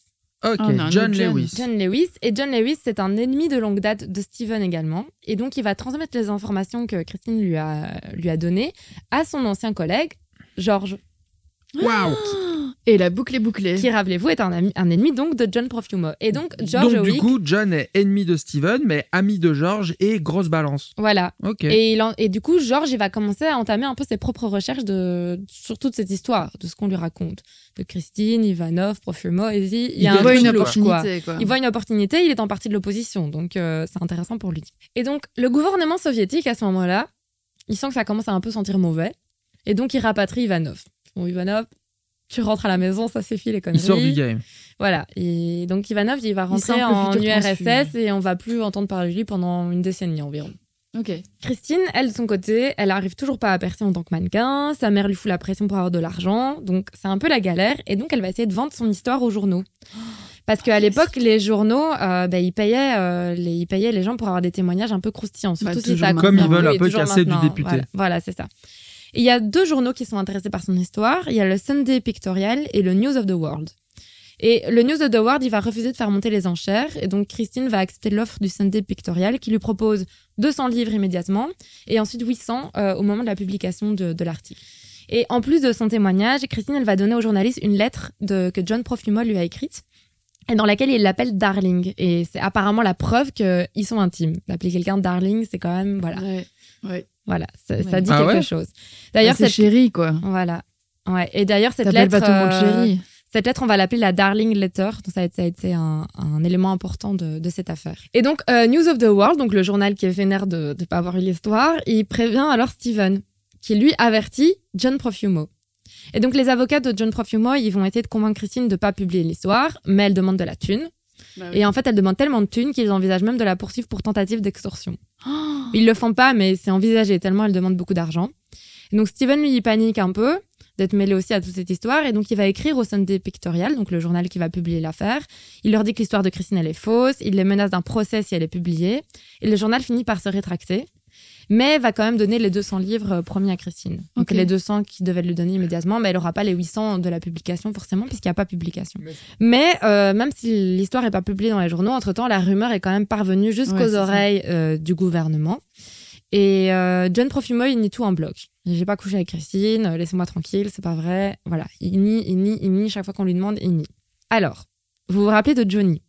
Ok, Oh, non, John non, John. Lewis. John Lewis. Et John Lewis, c'est un ennemi de longue date de Steven également. Et donc, il va transmettre les informations que Christine lui a, lui a données à son ancien collègue, George, Waouh. Et la boucle est bouclée. qui, rappelez-vous, est un, ami- un ennemi donc de John Profumo. Et donc, George Donc du Wick, coup, John est ennemi de Steven, mais ami de George et grosse balance. voilà. Ok. Et, il en- et du coup, George, il va commencer à entamer un peu ses propres recherches de, sur toute cette histoire, de ce qu'on lui raconte. De Christine, Ivanov, Profumo, Easy. Il y a Il un voit truc une louche, quoi. opportunité, quoi. Il voit une opportunité, il est en partie de l'opposition, donc euh, c'est intéressant pour lui. Et donc, le gouvernement soviétique, à ce moment-là, il sent que ça commence à un peu sentir mauvais, et donc il rapatrie Ivanov. Bon, Ivanov, tu rentres à la maison, ça suffit les Il conneries. sort du game. Voilà. Et donc, Ivanov, il va sent rentrer que le en futur URSS transfuge. et on va plus entendre parler de lui pendant une décennie environ. Ok. Christine, elle, de son côté, elle arrive toujours pas à percer en tant que mannequin. Sa mère lui fout la pression pour avoir de l'argent. Donc, c'est un peu la galère. Et donc, elle va essayer de vendre son histoire aux journaux. Parce Ah, qu'à l'époque, les journaux, euh, bah, ils, payaient, euh, les, ils payaient les gens pour avoir des témoignages un peu croustillants. Surtout si Bah, toujours ça maintenant. Comme ils concerne- veulent un oui, peu toujours casser du maintenant. député. Voilà, voilà, c'est ça. Et il y a deux journaux qui sont intéressés par son histoire. Il y a le Sunday Pictorial et le News of the World. Et le News of the World, il va refuser de faire monter les enchères. Et donc, Christine va accepter l'offre du Sunday Pictorial qui lui propose 200 livres immédiatement et ensuite 800 euh, au moment de la publication de, de l'article. Et en plus de son témoignage, Christine, elle va donner au journaliste une lettre de, que John Profumo lui a écrite et dans laquelle il l'appelle Darling. Et c'est apparemment la preuve qu'ils sont intimes. D'appeler quelqu'un Darling, c'est quand même... Voilà, Ouais. Ouais. voilà ça, Ouais. Ah, ça dit Ah quelque ouais chose. D'ailleurs, c'est cette... chéri, quoi. Voilà. Ouais. Et d'ailleurs, cette T'appelles pas lettre... tout le monde euh, chéri. cette lettre, on va l'appeler la Darling Letter. Donc, ça a été, ça a été un, un élément important de, de cette affaire. Et donc, euh, News of the World, donc le journal qui est vénère de ne pas avoir eu l'histoire, il prévient alors Steven, qui lui avertit John Profumo. Et donc, les avocats de John Profumo, ils vont essayer de convaincre Christine de ne pas publier l'histoire, mais elle demande de la thune. Ah bah Et en fait, elle demande tellement de thunes qu'ils envisagent même de la poursuivre pour tentative d'extorsion. oh, Ils le font pas, mais c'est envisagé tellement elle demande beaucoup d'argent. Et Donc Steven lui il panique un peu. d'être mêlé aussi à toute cette histoire. Et donc, il va écrire au Sunday Pictorial, donc le journal qui va publier l'affaire. Il leur dit que l'histoire de Christine, elle est fausse. Il les menace d'un procès si elle est publiée. Et le journal finit par se rétracter, mais va quand même donner les 200 livres euh, promis à Christine. Ok. Donc, les 200 qu'il devait lui donner immédiatement, mais elle n'aura pas les 800 de la publication, forcément, puisqu'il n'y a pas publication. Mais- Mais euh, même si l'histoire n'est pas publiée dans les journaux, entre-temps, la rumeur est quand même parvenue jusqu'aux Ouais, c'est ça. oreilles euh, du gouvernement. Et euh, John Profimo, il nie tout en bloc. J'ai pas couché avec Christine, euh, laissez-moi tranquille, c'est pas vrai. Voilà, il nie, il nie, il nie, chaque fois qu'on lui demande, il nie. Alors, vous vous rappelez de Johnny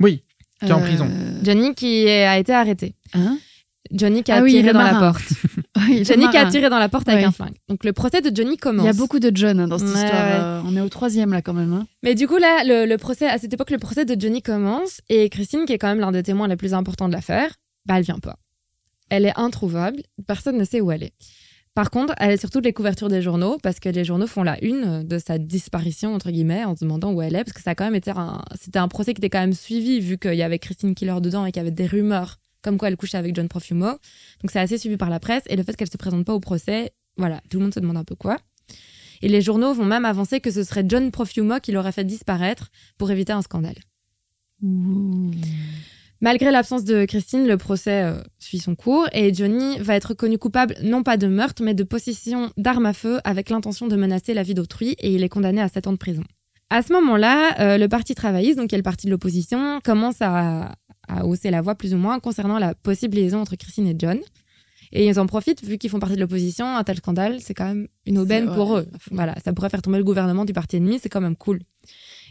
Oui, qui est en prison. Euh, Johnny qui est- a été arrêté. Hein Johnny qui a Ah oui, tiré le dans la marin. porte. Oui, le Johnny qui a marin. tiré dans la porte avec Oui. un flingue. Donc le procès de Johnny Il commence. y a beaucoup de John hein, dans cette Ouais, histoire. ouais. euh, on est au troisième là quand même. hein. Mais du coup, là, le, le procès, à cette époque, le procès de Johnny commence et Christine, qui est quand même l'un des témoins les plus importants de l'affaire, bah, elle vient pas. Elle est introuvable, personne ne sait où elle est. Par contre, elle est sur toutes les couvertures des journaux parce que les journaux font la une de sa disparition, entre guillemets, en se demandant où elle est, parce que ça a quand même été un, c'était un procès qui était quand même suivi vu qu'il y avait Christine Killer dedans et qu'il y avait des rumeurs comme quoi elle couchait avec John Profumo. Donc c'est assez suivi par la presse et le fait qu'elle se présente pas au procès, voilà, tout le monde se demande un peu quoi. Et les journaux vont même avancer que ce serait John Profumo qui l'aurait fait disparaître pour éviter un scandale. Malgré l'absence de Christine, le procès euh, suit son cours et Johnny va être reconnu coupable non pas de meurtre mais de possession d'armes à feu avec l'intention de menacer la vie d'autrui et il est condamné à 7 ans de prison. À ce moment-là, euh, le Parti travailliste, donc qui est le parti de l'opposition, commence à, à hausser la voix plus ou moins concernant la possible liaison entre Christine et John. Et ils en profitent, vu qu'ils font partie de l'opposition, un tel scandale, c'est quand même une aubaine ouais, pour eux. Voilà, ça pourrait faire tomber le gouvernement du parti ennemi, c'est quand même cool.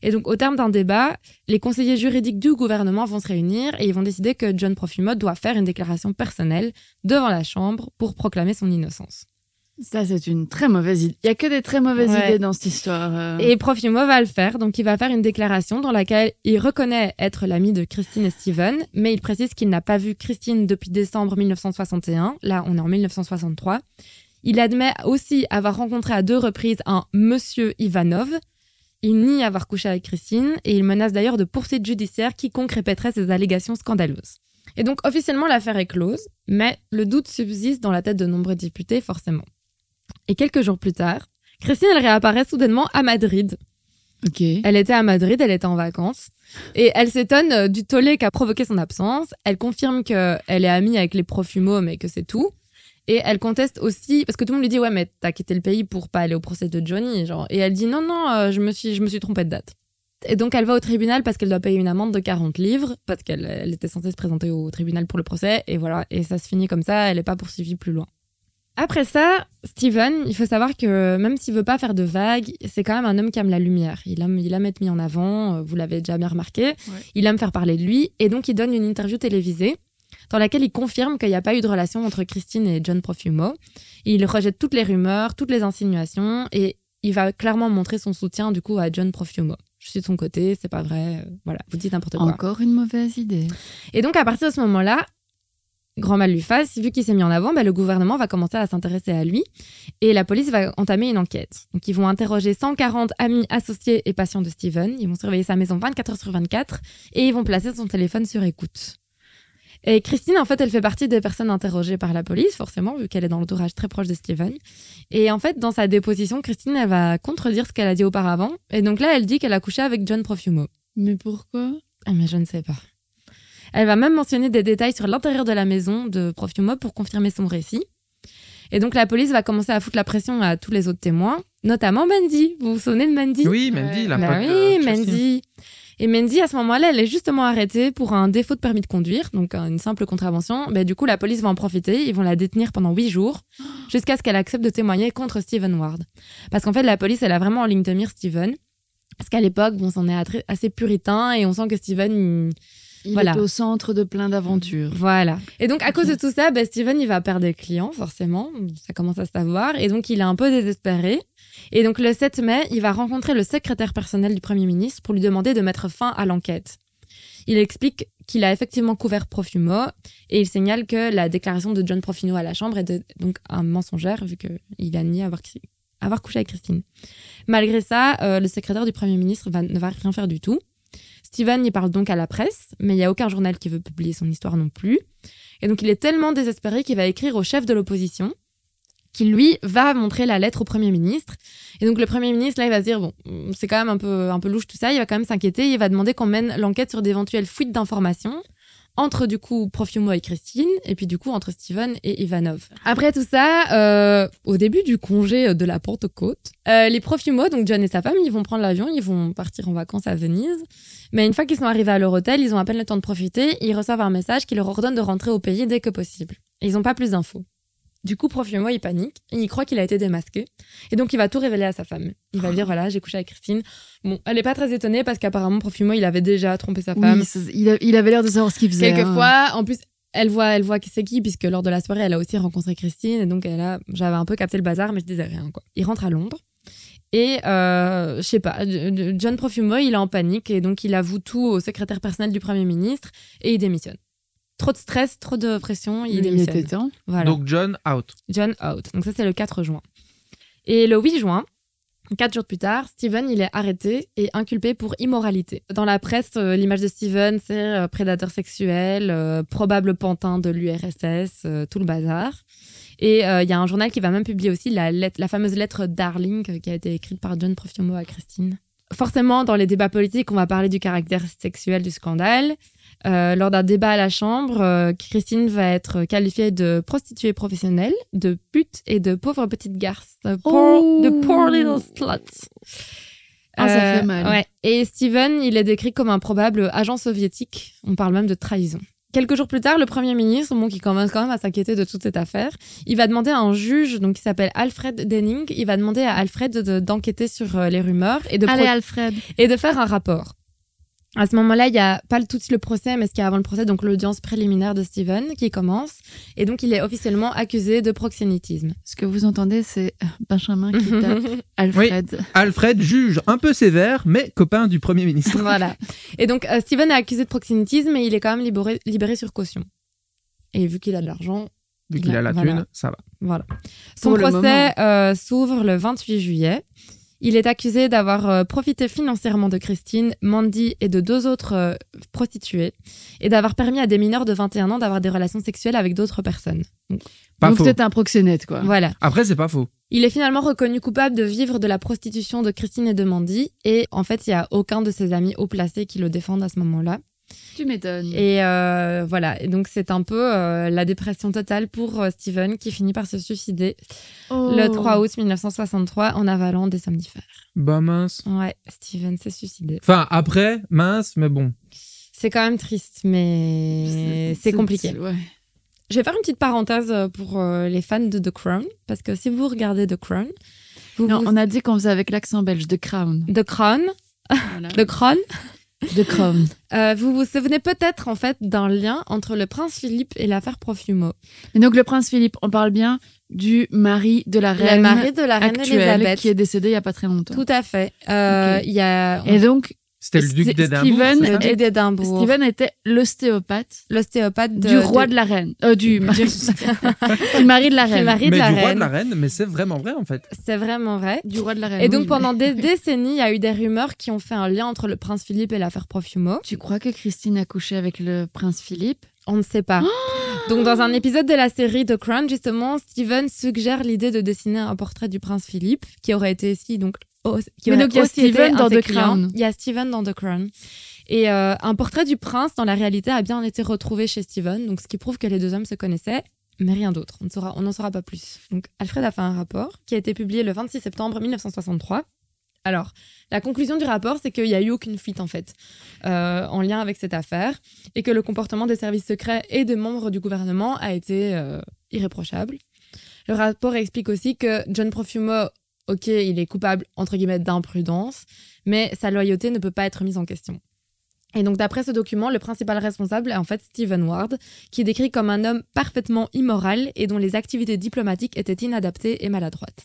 Et donc, au terme d'un débat, les conseillers juridiques du gouvernement vont se réunir et ils vont décider que John Profumo doit faire une déclaration personnelle devant la Chambre pour proclamer son innocence. Ça, c'est une très mauvaise idée. Il y a que des très mauvaises Ouais. idées dans cette histoire. euh. Et Profumo va le faire, donc il va faire une déclaration dans laquelle il reconnaît être l'ami de Christine et Steven, mais il précise qu'il n'a pas vu Christine depuis décembre 1961, là on est en 1963. Il admet aussi avoir rencontré à deux reprises un monsieur Ivanov. Il nie avoir couché avec Christine et il menace d'ailleurs de poursuites judiciaires quiconque répéterait ses allégations scandaleuses. Et donc officiellement l'affaire est close, mais le doute subsiste dans la tête de nombreux députés forcément. Et quelques jours plus tard, Christine, elle réapparaît soudainement à Madrid. Ok. Elle était à Madrid, elle était en vacances. Et elle s'étonne euh, du tollé qu'a provoqué son absence. Elle confirme qu'elle est amie avec les profumos, mais que c'est tout. Et elle conteste aussi, parce que tout le monde lui dit Ouais, mais t'as quitté le pays pour pas aller au procès de Johnny. Genre. Et elle dit Non, non, euh, je, me suis, je me suis trompée de date. Et donc elle va au tribunal parce qu'elle doit payer une amende de 40 livres, parce qu'elle elle était censée se présenter au tribunal pour le procès. Et voilà, et ça se finit comme ça, elle n'est pas poursuivie plus loin. Après ça, Steven, il faut savoir que même s'il veut pas faire de vagues, c'est quand même un homme qui aime la lumière. Il aime, il aime être mis en avant, euh, vous l'avez déjà bien remarqué. Il aime faire parler de lui, et donc il donne une interview télévisée dans laquelle il confirme qu'il n'y a pas eu de relation entre Christine et John Profumo. Il rejette toutes les rumeurs, toutes les insinuations, et il va clairement montrer son soutien du coup à John Profumo. Je suis de son côté, c'est pas vrai, euh, voilà, vous dites n'importe quoi. Encore une mauvaise idée. Et donc, à partir de ce moment-là, grand mal lui fasse, vu qu'il s'est mis en avant, bah, le gouvernement va commencer à s'intéresser à lui et la police va entamer une enquête. Donc, ils vont interroger 140 amis, associés et patients de Steven. Ils vont surveiller sa maison 24 heures sur 24 et ils vont placer son téléphone sur écoute. Et Christine, en fait, elle fait partie des personnes interrogées par la police, forcément, vu qu'elle est dans l'entourage très proche de Steven. Et en fait, dans sa déposition, Christine, elle va contredire ce qu'elle a dit auparavant. Et donc là, elle dit qu'elle a couché avec John Profumo. Mais pourquoi Ah, mais je ne sais pas. Elle va même mentionner des détails sur l'intérieur de la maison de Profumo pour confirmer son récit. Et donc la police va commencer à foutre la pression à tous les autres témoins, notamment Mandy. Vous vous souvenez de Mandy Oui, Mandy, la Bah pote, oui, euh, Christine. Mandy. Et Mandy, à ce moment-là, elle est justement arrêtée pour un défaut de permis de conduire, donc euh, une simple contravention. Bah, du coup, la police va en profiter, ils vont la détenir pendant huit jours, jusqu'à ce qu'elle accepte de témoigner contre Steven Ward. Parce qu'en fait, la police, elle a vraiment en ligne de mire Steven. Parce qu'à l'époque, bon, c'en est attrait- assez puritain et on sent que Steven, il- Il Voilà. est au centre de plein d'aventures. voilà. Et donc, à cause de tout ça, bah, Steven, il va perdre des clients, forcément. Ça commence à se savoir. Et donc, il est un peu désespéré. Et donc, le 7 mai, il va rencontrer le secrétaire personnel du Premier ministre pour lui demander de mettre fin à l'enquête. Il explique qu'il a effectivement couvert Profumo et il signale que la déclaration de John Profino à la Chambre était donc un mensongère vu qu'il a nié avoir, avoir couché avec Christine. Malgré ça, euh, le secrétaire du Premier ministre va- ne va rien faire du tout. Steven y parle donc à la presse, mais il n'y a aucun journal qui veut publier son histoire non plus. Et donc il est tellement désespéré qu'il va écrire au chef de l'opposition qui lui va montrer la lettre au Premier ministre. Et donc le Premier ministre, là, il va se dire, bon, c'est quand même un peu, un peu louche tout ça, il va quand même s'inquiéter, il va demander qu'on mène l'enquête sur d'éventuelles fuites d'informations entre du coup Profumo et Christine, et puis du coup entre Steven et Ivanov. Après tout ça, euh, au début du congé euh, de la Pentecôte, euh, les Profumo, donc John et sa femme, ils vont prendre l'avion, ils vont partir en vacances à Venise. Mais une fois qu'ils sont arrivés à leur hôtel, ils ont à peine le temps de profiter, ils reçoivent un message qui leur ordonne de rentrer au pays dès que possible. Et ils n'ont pas plus d'infos. Du coup, Profumo, il panique, et il croit qu'il a été démasqué, et donc il va tout révéler à sa femme. Il va dire, voilà, j'ai couché avec Christine. Bon, elle n'est pas très étonnée parce qu'apparemment, Profumo, il avait déjà trompé sa femme. Oui, c'est- il, a- il avait l'air de savoir ce qu'il faisait. hein. Quelquefois, en plus, elle voit, elle voit qui c'est qui, puisque lors de la soirée, elle a aussi rencontré Christine, et donc elle a, j'avais un peu capté le bazar, mais je disais rien, quoi. Il rentre à Londres, et euh, je sais pas, J- J- John Profumo, il est en panique, et donc il avoue tout au secrétaire personnel du Premier ministre, et il démissionne. Trop de stress, trop de pression, il, il démissionne. était temps. Voilà. Donc John, out. John out. Donc ça, c'est le 4 juin. Et le 8 juin, quatre jours plus tard, Steven, il est arrêté et inculpé pour immoralité. Dans la presse, euh, l'image de Steven, c'est euh, prédateur sexuel, euh, probable pantin de l'URSS, euh, tout le bazar. Et euh, il y a un journal qui va même publier aussi la, lettre- la fameuse lettre Darling euh, qui a été écrite par John Profumo à Christine. Forcément, dans les débats politiques, on va parler du caractère sexuel du scandale. Euh, lors d'un débat à la Chambre, euh, Christine va être qualifiée de prostituée professionnelle, de pute et de pauvre petite garce. De poor, Oh. de poor little slut. Euh, Ah, ça fait mal. ouais. Et Steven, il est décrit comme un probable agent soviétique. On parle même de trahison. Quelques jours plus tard, le Premier ministre, bon, qui commence quand même à s'inquiéter de toute cette affaire, il va demander à un juge, donc qui s'appelle Alfred Denning, il va demander à Alfred de- d'enquêter sur euh, les rumeurs et de, pro- Allez, Alfred. et de faire un rapport. À ce moment-là, il n'y a pas le- tout de suite le procès, mais ce qu'il y a avant le procès, donc l'audience préliminaire de Steven qui commence. Et donc, il est officiellement accusé de proxénétisme. Ce que vous entendez, c'est Benjamin qui tape Alfred. Alfred juge un peu sévère, mais copain du Premier ministre. voilà. Et donc, euh, Steven est accusé de proxénétisme, mais il est quand même libéré, libéré sur caution. Et vu qu'il a de l'argent, bah, Vu qu'il a la Voilà. thune, ça va. Voilà. Son Pour le procès moment. euh, s'ouvre le 28 juillet. Il est accusé d'avoir euh, profité financièrement de Christine, Mandy et de deux autres euh, prostituées et d'avoir permis à des mineurs de 21 ans d'avoir des relations sexuelles avec d'autres personnes. Donc, Pas Donc faux. c'était un proxénète, quoi. voilà. Après, c'est pas faux. Il est finalement reconnu coupable de vivre de la prostitution de Christine et de Mandy et en fait, il n'y a aucun de ses amis haut placés qui le défendent à ce moment-là. Tu m'étonnes. Et euh, voilà. Et donc, c'est un peu euh, la dépression totale pour euh, Steven qui finit par se suicider Oh. le 3 août 1963 en avalant des somnifères. Bah mince. Ouais, Steven s'est suicidé. Enfin, après, mince, mais bon. C'est quand même triste, mais c'est compliqué. ouais. Je vais faire une petite parenthèse pour euh, les fans de The Crown, parce que si vous regardez The Crown, vous Non, vous- on a dit qu'on faisait avec l'accent belge, de crown. The Crown, Voilà. The Crown, De crown. euh, vous vous souvenez peut-être en fait d'un lien entre le prince Philippe et l'affaire Profumo. Et donc le prince Philippe, on parle bien du mari de la La reine marée de la reine actuelle Elisabeth. qui est décédé il y a pas très longtemps. Tout à fait. Euh, Ok. Il y a Et donc C'était le St- duc d'Édimbourg. Steven- c'est ça le duc d'Édimbourg, Stephen était l'ostéopathe l'ostéopathe de- du roi de, la reine, euh, du mari, du mari de la du reine, mari mais de du la roi de la reine. reine, mais c'est vraiment vrai en fait. C'est vraiment vrai. du roi de la reine. Et oui, donc mais- pendant des décennies, il y a eu des rumeurs qui ont fait un lien entre le prince Philippe et l'affaire Profumo. tu crois que Christine a couché avec le prince Philippe On ne sait pas. donc dans un épisode de la série The Crown, justement, Steven suggère l'idée de dessiner un portrait du prince Philippe qui aurait été ici donc au- qui Mais aurait donc, il y a aussi été Steven un dans de ses The clients. Crown. Il y a Steven dans The Crown. Et euh, un portrait du prince dans la réalité a bien été retrouvé chez Steven, donc ce qui prouve que les deux hommes se connaissaient. Mais rien d'autre, on ne saura- on n'en saura pas plus. Donc Alfred a fait un rapport qui a été publié le 26 septembre 1963. Alors, la conclusion du rapport, c'est qu'il n'y a eu aucune fuite en fait, euh, en lien avec cette affaire, et que le comportement des services secrets et de membres du gouvernement a été euh, irréprochable. Le rapport explique aussi que John Profumo, ok, il est coupable entre guillemets d'imprudence, mais sa loyauté ne peut pas être mise en question. Et donc, d'après ce document, le principal responsable est en fait Stephen Ward, qui est décrit comme un homme parfaitement immoral et dont les activités diplomatiques étaient inadaptées et maladroites.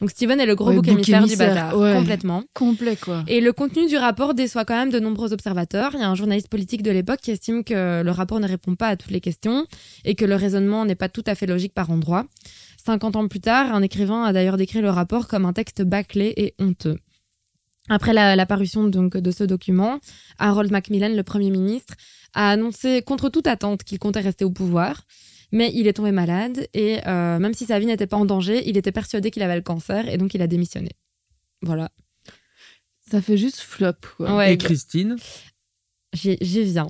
Donc, Stephen est le gros Ouais, bouc bouc émissaire du émissaire, bazar, ouais. complètement. Complet quoi. Et le contenu du rapport déçoit quand même de nombreux observateurs. Il y a un journaliste politique de l'époque qui estime que le rapport ne répond pas à toutes les questions et que le raisonnement n'est pas tout à fait logique par endroits. 50 ans plus tard, un écrivain a d'ailleurs décrit le rapport comme un texte bâclé et honteux. Après la, la parution donc de ce document, Harold Macmillan, le Premier ministre, a annoncé contre toute attente qu'il comptait rester au pouvoir. Mais il est tombé malade et euh, même si sa vie n'était pas en danger, il était persuadé qu'il avait le cancer et donc il a démissionné. Voilà. Ça fait juste flop. Quoi. Ouais, Et Christine, J'y j'y viens.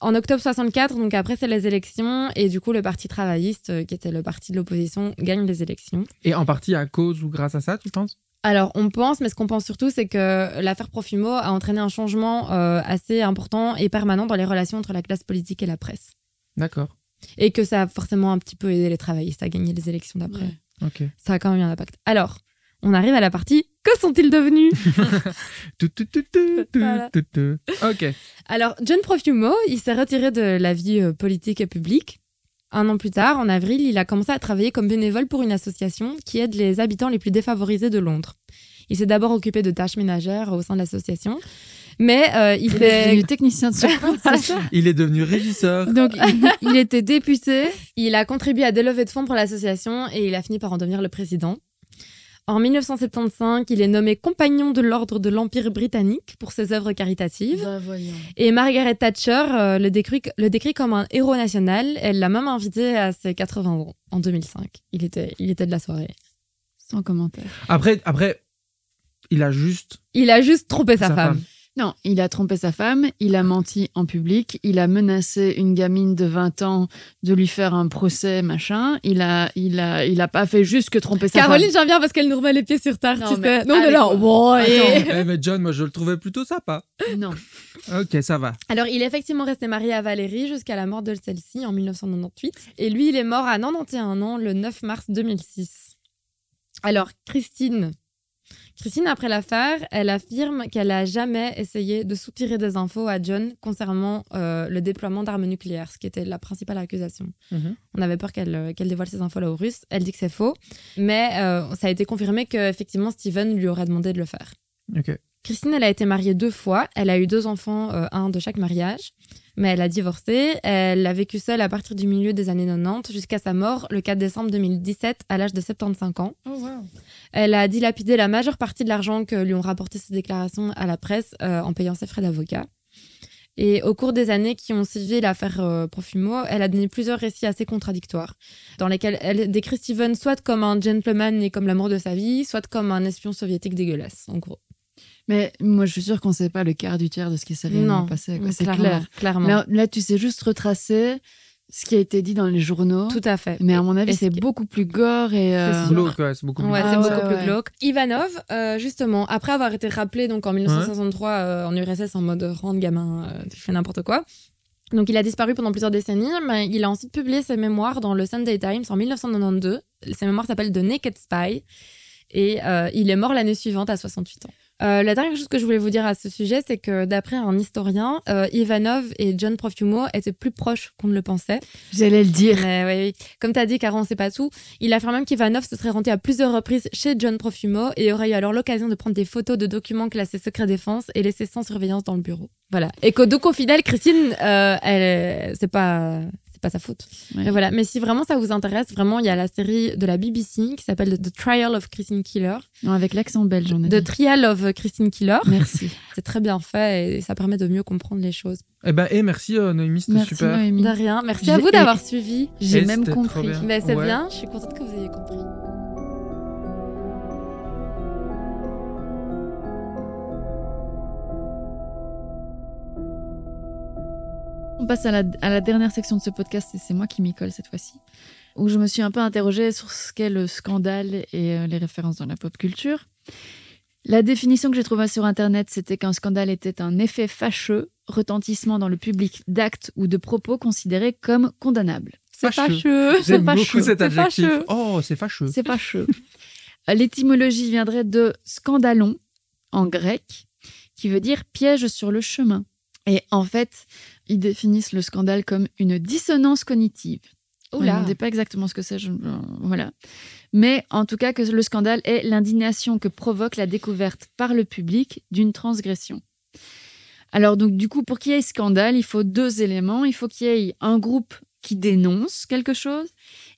En octobre 64, donc après c'est les élections, et du coup le parti travailliste, euh, qui était le parti de l'opposition, gagne les élections. et en partie à cause ou grâce à ça, tu penses Alors on pense, mais ce qu'on pense surtout, c'est que l'affaire Profimo a entraîné un changement euh, assez important et permanent dans les relations entre la classe politique et la presse. D'accord. Et que ça a forcément un petit peu aidé les travaillistes à gagner les élections d'après. Ouais. Ok. Ça a quand même eu un impact. Alors, on arrive à la partie Que sont-ils devenus Tout, tout, tout, tout, tout, Voilà. tout, tout. Ok. Alors, John Profumo, il s'est retiré de la vie euh, politique et publique. Un an plus tard, en avril, il a commencé à travailler comme bénévole pour une association qui aide les habitants les plus défavorisés de Londres. Il s'est d'abord occupé de tâches ménagères au sein de l'association, mais euh, il Il est fait- devenu technicien de secours. c'est ça Il est devenu régisseur. Donc, il, il était député. il a contribué à des levées de fonds pour l'association et il a fini par en devenir le président. En 1975, il est nommé compagnon de l'ordre de l'Empire britannique pour ses œuvres caritatives. Et Margaret Thatcher euh, le, décrit, le décrit comme un héros national. Elle l'a même invité à ses 80 ans en 2005. Il était, il était de la soirée. Sans commentaire. Après, après, il a juste Il a juste trompé sa, Sa femme. femme. Non, il a trompé sa femme, il a menti en public, il a menacé une gamine de 20 ans de lui faire un procès, machin. Il a, il a, il a pas fait juste que tromper sa Caroline, j'en viens parce qu'elle nous remet les pieds sur terre, Non, tu mais sais. Non, on est allez, là, quoi. bon, et- Eh, mais John, moi je le trouvais plutôt sympa. femme. Non. Ok, ça va. Alors, il est effectivement resté marié à Valérie jusqu'à la mort de celle-ci en 1998. Et lui, il est mort à 91 ans le 9 mars 2006. Alors, Christine. Christine, après l'affaire, elle affirme qu'elle a jamais essayé de soutirer des infos à John concernant euh, le déploiement d'armes nucléaires, ce qui était la principale accusation. Mhm. On avait peur qu'elle euh, qu'elle dévoile ces infos-là aux Russes. Elle dit que c'est faux, mais euh, ça a été confirmé qu'effectivement, Steven lui aurait demandé de le faire. Ok. Christine, elle a été mariée deux fois. Elle a eu deux enfants, euh, un de chaque mariage. Mais elle a divorcé. Elle a vécu seule à partir du milieu des années 90 jusqu'à sa mort le 4 décembre 2017 à l'âge de 75 ans. Elle a dilapidé la majeure partie de l'argent que lui ont rapporté ses déclarations à la presse euh, en payant ses frais d'avocat. Et au cours des années qui ont suivi l'affaire euh, Profumo, elle a donné plusieurs récits assez contradictoires, dans lesquels elle décrit Steven soit comme un gentleman et comme l'amour de sa vie, soit comme un espion soviétique dégueulasse, en gros. Mais moi, je suis sûre qu'on sait pas le quart du tiers de ce qui s'est réellement Non, passé. quoi. Mm, C'est clairement, clair. Clairement. Là, là, tu sais juste retracer ce qui a été dit dans les journaux. Tout à fait. Mais à mon avis, Est-ce c'est que- beaucoup plus gore et. euh, sûr. Glauque, ouais, c'est beaucoup plus Ouais, Ah c'est ouais, beaucoup ouais. plus glauque. Ivanov, euh, justement, après avoir été rappelé donc en 1963 euh, en URSS en mode rende gamin, euh, tu fais n'importe quoi. Donc il a disparu pendant plusieurs décennies, mais il a ensuite publié ses mémoires dans le Sunday Times en 1992. Ses mémoires s'appellent The Naked Spy et euh, il est mort l'année suivante à 68 ans. Euh, la dernière chose que je voulais vous dire à ce sujet, c'est que d'après un historien, euh, Ivanov et John Profumo étaient plus proches qu'on ne le pensait. J'allais le dire. Mais oui, oui. Comme tu as dit, Caro, on sait pas tout. Il affirme même qu'Ivanov se serait rendu à plusieurs reprises chez John Profumo et aurait eu alors l'occasion de prendre des photos de documents classés secret défense et laissés sans surveillance dans le bureau. Voilà. Et que donc au final, Christine, euh, elle, c'est pas, c'est pas sa faute. Ouais. Mais voilà. Mais si vraiment ça vous intéresse, vraiment, il y a la série de la BBC qui s'appelle The Trial of Christine Killer, Non, avec l'accent belge, on a The dit. Trial of Christine Killer. Merci. C'est très bien fait et ça permet de mieux comprendre les choses. Eh ben, et merci euh, Noémie, c'était Merci, super. Noémie. De rien. Merci à J'ai- vous d'avoir suivi. J'ai Et même c'était trop compris. bien. Mais c'est Ouais. bien. Je suis contente que vous ayez compris. On passe à la, à la dernière section de ce podcast, et c'est moi qui m'y colle cette fois-ci, où je me suis un peu interrogée sur ce qu'est le scandale et euh, les références dans la pop culture. La définition que j'ai trouvée sur Internet, c'était qu'un scandale était un effet fâcheux, retentissement dans le public d'actes ou de propos considérés comme condamnables. C'est Fâcheux. fâcheux. J'aime C'est fâcheux. beaucoup cet C'est adjectif. fâcheux. Oh, c'est fâcheux. C'est fâcheux. L'étymologie viendrait de scandalon en grec, qui veut dire piège sur le chemin. Et en fait, ils définissent le scandale comme une dissonance cognitive. Oula. On ne dit pas exactement ce que c'est, je- euh, voilà. Mais en tout cas, que le scandale est l'indignation que provoque la découverte par le public d'une transgression. Alors donc du coup, pour qu'il y ait scandale, il faut deux éléments. Il faut qu'il y ait un groupe qui dénonce quelque chose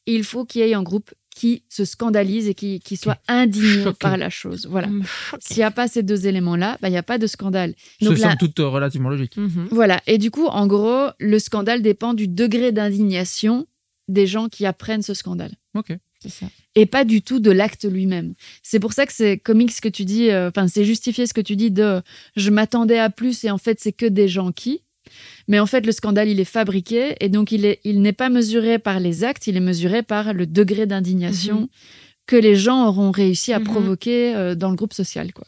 et il faut qu'il y ait un groupe qui se scandalise et qui, qui soit indigné Choqué. par la chose. Voilà. Mm. S'il n'y a pas ces deux éléments-là, bah, il n'y a pas de scandale. Ce Donc là- semble tout euh, relativement logique. Mhm. Voilà. Et du coup, en gros, le scandale dépend du degré d'indignation des gens qui apprennent ce scandale. Ok. C'est ça. Et pas du tout de l'acte lui-même. C'est pour ça que c'est comique ce que tu dis, euh, enfin, c'est justifié ce que tu dis de euh, je m'attendais à plus et en fait, c'est que des gens qui. Mais en fait, le scandale, il est fabriqué et donc il, est, il n'est pas mesuré par les actes, il est mesuré par le degré d'indignation que les gens auront réussi à Mhm. provoquer euh, dans le groupe social, quoi.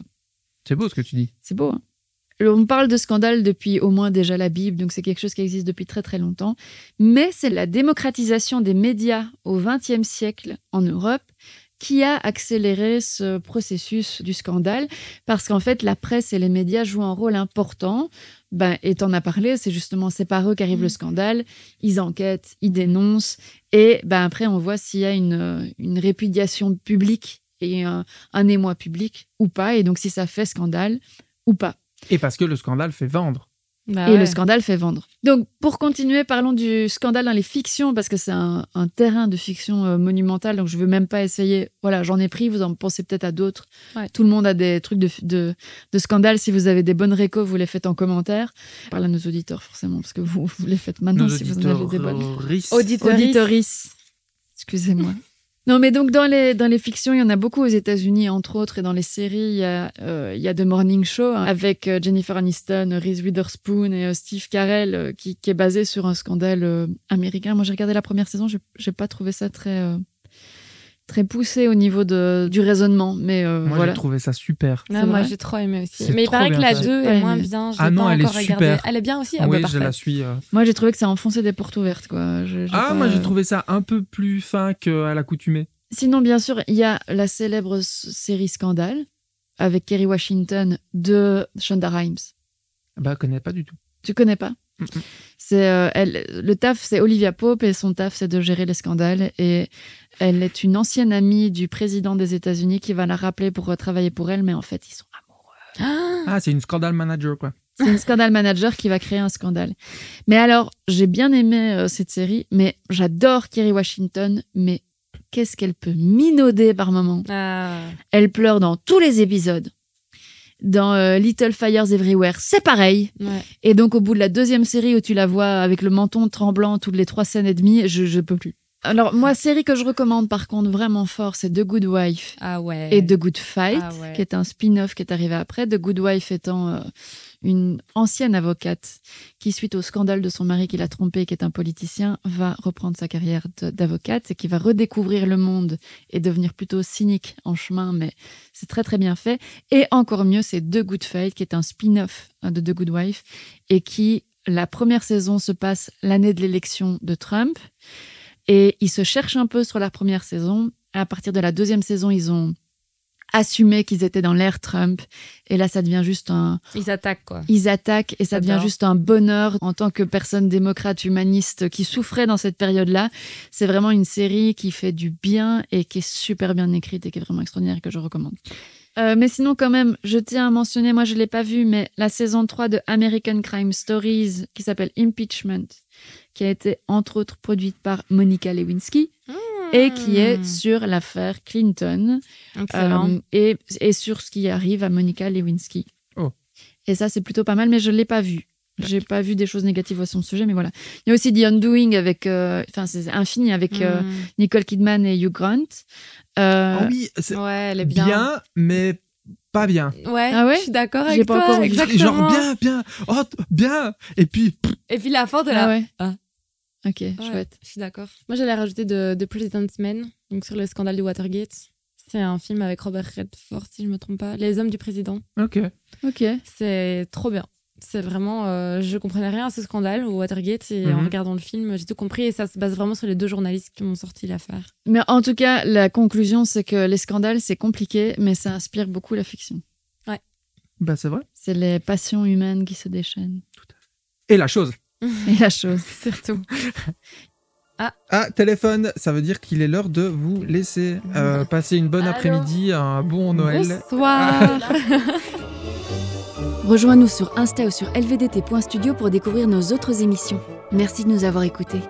C'est beau ce que tu dis. C'est beau. hein. on parle de scandale depuis au moins déjà la Bible, donc c'est quelque chose qui existe depuis très très longtemps. Mais c'est la démocratisation des médias au XXe siècle en Europe qui a accéléré ce processus du scandale, parce qu'en fait, la presse et les médias jouent un rôle important. Ben, et t'en as parlé, c'est justement, c'est par eux qu'arrive le scandale, ils enquêtent, ils dénoncent, et ben après, on voit s'il y a une, euh, une répudiation publique et un, un émoi public ou pas, et donc si ça fait scandale ou pas. Et parce que le scandale fait vendre. Bah Et ouais. le scandale fait vendre. Donc, pour continuer, parlons du scandale dans les fictions, parce que c'est un, un terrain de fiction euh, monumental, donc je ne veux même pas essayer. Voilà, j'en ai pris, vous en pensez peut-être à d'autres. Ouais. Tout le monde a des trucs de, de, de scandale. Si vous avez des bonnes récos, vous les faites en commentaire. Je Parle à nos auditeurs, forcément, parce que vous, vous les faites maintenant Nos si Ah, vous en avez des bonnes. auditeuristes. Auditoris. Auditoris. Excusez-moi. Non, mais donc dans les, dans les fictions, il y en a beaucoup aux États-Unis, entre autres, et dans les séries, il y a, euh, il y a The Morning Show hein, avec euh, Jennifer Aniston, euh, Reese Witherspoon et euh, Steve Carell, euh, qui, qui est basé sur un scandale euh, américain. Moi, j'ai regardé la première saison, j'ai- j'ai pas trouvé ça très, euh, très poussé au niveau de, du raisonnement, mais euh, Moi, voilà. j'ai trouvé ça super. Non, C'est Ah, moi vrai. j'ai trop aimé aussi. C'est Mais il trop paraît que bien, la ça. 2 Ouais, est moins mais- bien. je Ah l'ai non, pas elle est encore regardée. super. Elle est bien aussi. Ah oui, bah, je parfait. la suis. euh. Moi, j'ai trouvé que ça enfonçait des portes ouvertes, quoi. J'ai- j'ai Ah, pas- moi, j'ai trouvé ça un peu plus fin qu'à l'accoutumée. Sinon, bien sûr, il y a la célèbre s- série Scandale avec Kerry Washington de Shonda Rhimes. Bah, connais pas du tout. Tu connais pas C'est euh, elle- le taf, c'est Olivia Pope et son taf, c'est de gérer les scandales. Et elle est une ancienne amie du président des États-Unis qui va la rappeler pour euh, travailler pour elle, mais en fait, ils sont amoureux. Ah, Ah, c'est une scandale manager, quoi. C'est une scandale manager qui va créer un scandale. Mais alors, j'ai bien aimé euh, cette série, mais j'adore Kerry Washington, mais qu'est-ce qu'elle peut minauder par moment Ah. Elle pleure dans tous les épisodes. Dans euh, Little Fires Everywhere, c'est pareil. Ouais. Et donc, au bout de la deuxième série où tu la vois avec le menton tremblant toutes les trois scènes et demie, je, je peux plus. Alors, moi, série que je recommande par contre vraiment fort, c'est The Good Wife Ah ouais. et The Good Fight, Ah ouais. qui est un spin-off qui est arrivé après. The Good Wife étant euh, une ancienne avocate qui, suite au scandale de son mari qui l'a trompée, qui est un politicien, va reprendre sa carrière de- d'avocate et qui va redécouvrir le monde et devenir plutôt cynique en chemin, mais c'est très très bien fait. Et encore mieux, c'est The Good Fight, qui est un spin-off hein, de The Good Wife et qui, la première saison se passe l'année de l'élection de Trump. Et ils se cherchent un peu sur la première saison. À partir de la deuxième saison, ils ont assumé qu'ils étaient dans l'ère Trump. Et là, ça devient juste un, Ils attaquent quoi. ils attaquent et ça devient J'adore. juste un bonheur en tant que personne démocrate humaniste qui souffrait dans cette période-là. C'est vraiment une série qui fait du bien et qui est super bien écrite et qui est vraiment extraordinaire et que je recommande. Euh, mais sinon, quand même, je tiens à mentionner, moi je ne l'ai pas vu, mais la saison 3 de American Crime Stories qui s'appelle Impeachment, qui a été entre autres produite par Monica Lewinsky et qui Ah. est Hmm. sur l'affaire Clinton. excellent. Euh, et, et sur ce qui arrive à Monica Lewinsky. Oh. Et ça, c'est plutôt pas mal, mais je ne l'ai pas vu. J'ai pas vu des choses négatives à son sujet, mais voilà. Il y a aussi The Undoing avec. euh, Enfin, c'est infini avec euh, Mm. Nicole Kidman et Hugh Grant. Euh, Ah oui, c'est Ouais, elle est bien. bien. mais pas bien. Ouais, Ah ouais je suis d'accord J'ai avec pas toi. encore vu. exactement. Genre bien, bien, oh, t- bien. Et puis, Et puis la fin de ah la. ouais. Ah. Ok, Ouais, chouette. Je suis d'accord. Moi, j'allais rajouter de, de President's Men, donc sur le scandale du Watergate. C'est un film avec Robert Redford, si je me trompe pas. Les hommes du président. ok. Ok. C'est trop bien. C'est vraiment. euh, je comprenais rien à ce scandale au Watergate et en Mhm. regardant le film, j'ai tout compris et ça se base vraiment sur les deux journalistes qui m'ont sorti l'affaire. Mais en tout cas, la conclusion, c'est que les scandales, c'est compliqué, mais ça inspire beaucoup la fiction. Bah, c'est vrai. C'est les passions humaines qui se déchaînent. Et la chose. Et la chose. Surtout. Ah, téléphone, ça veut dire qu'il est l'heure de vous laisser. Euh, passer une bonne Allô après-midi, un bon Noël. Bonsoir. Rejoins-nous sur Insta ou sur lvdt.studio pour découvrir nos autres émissions. Merci de nous avoir écoutés.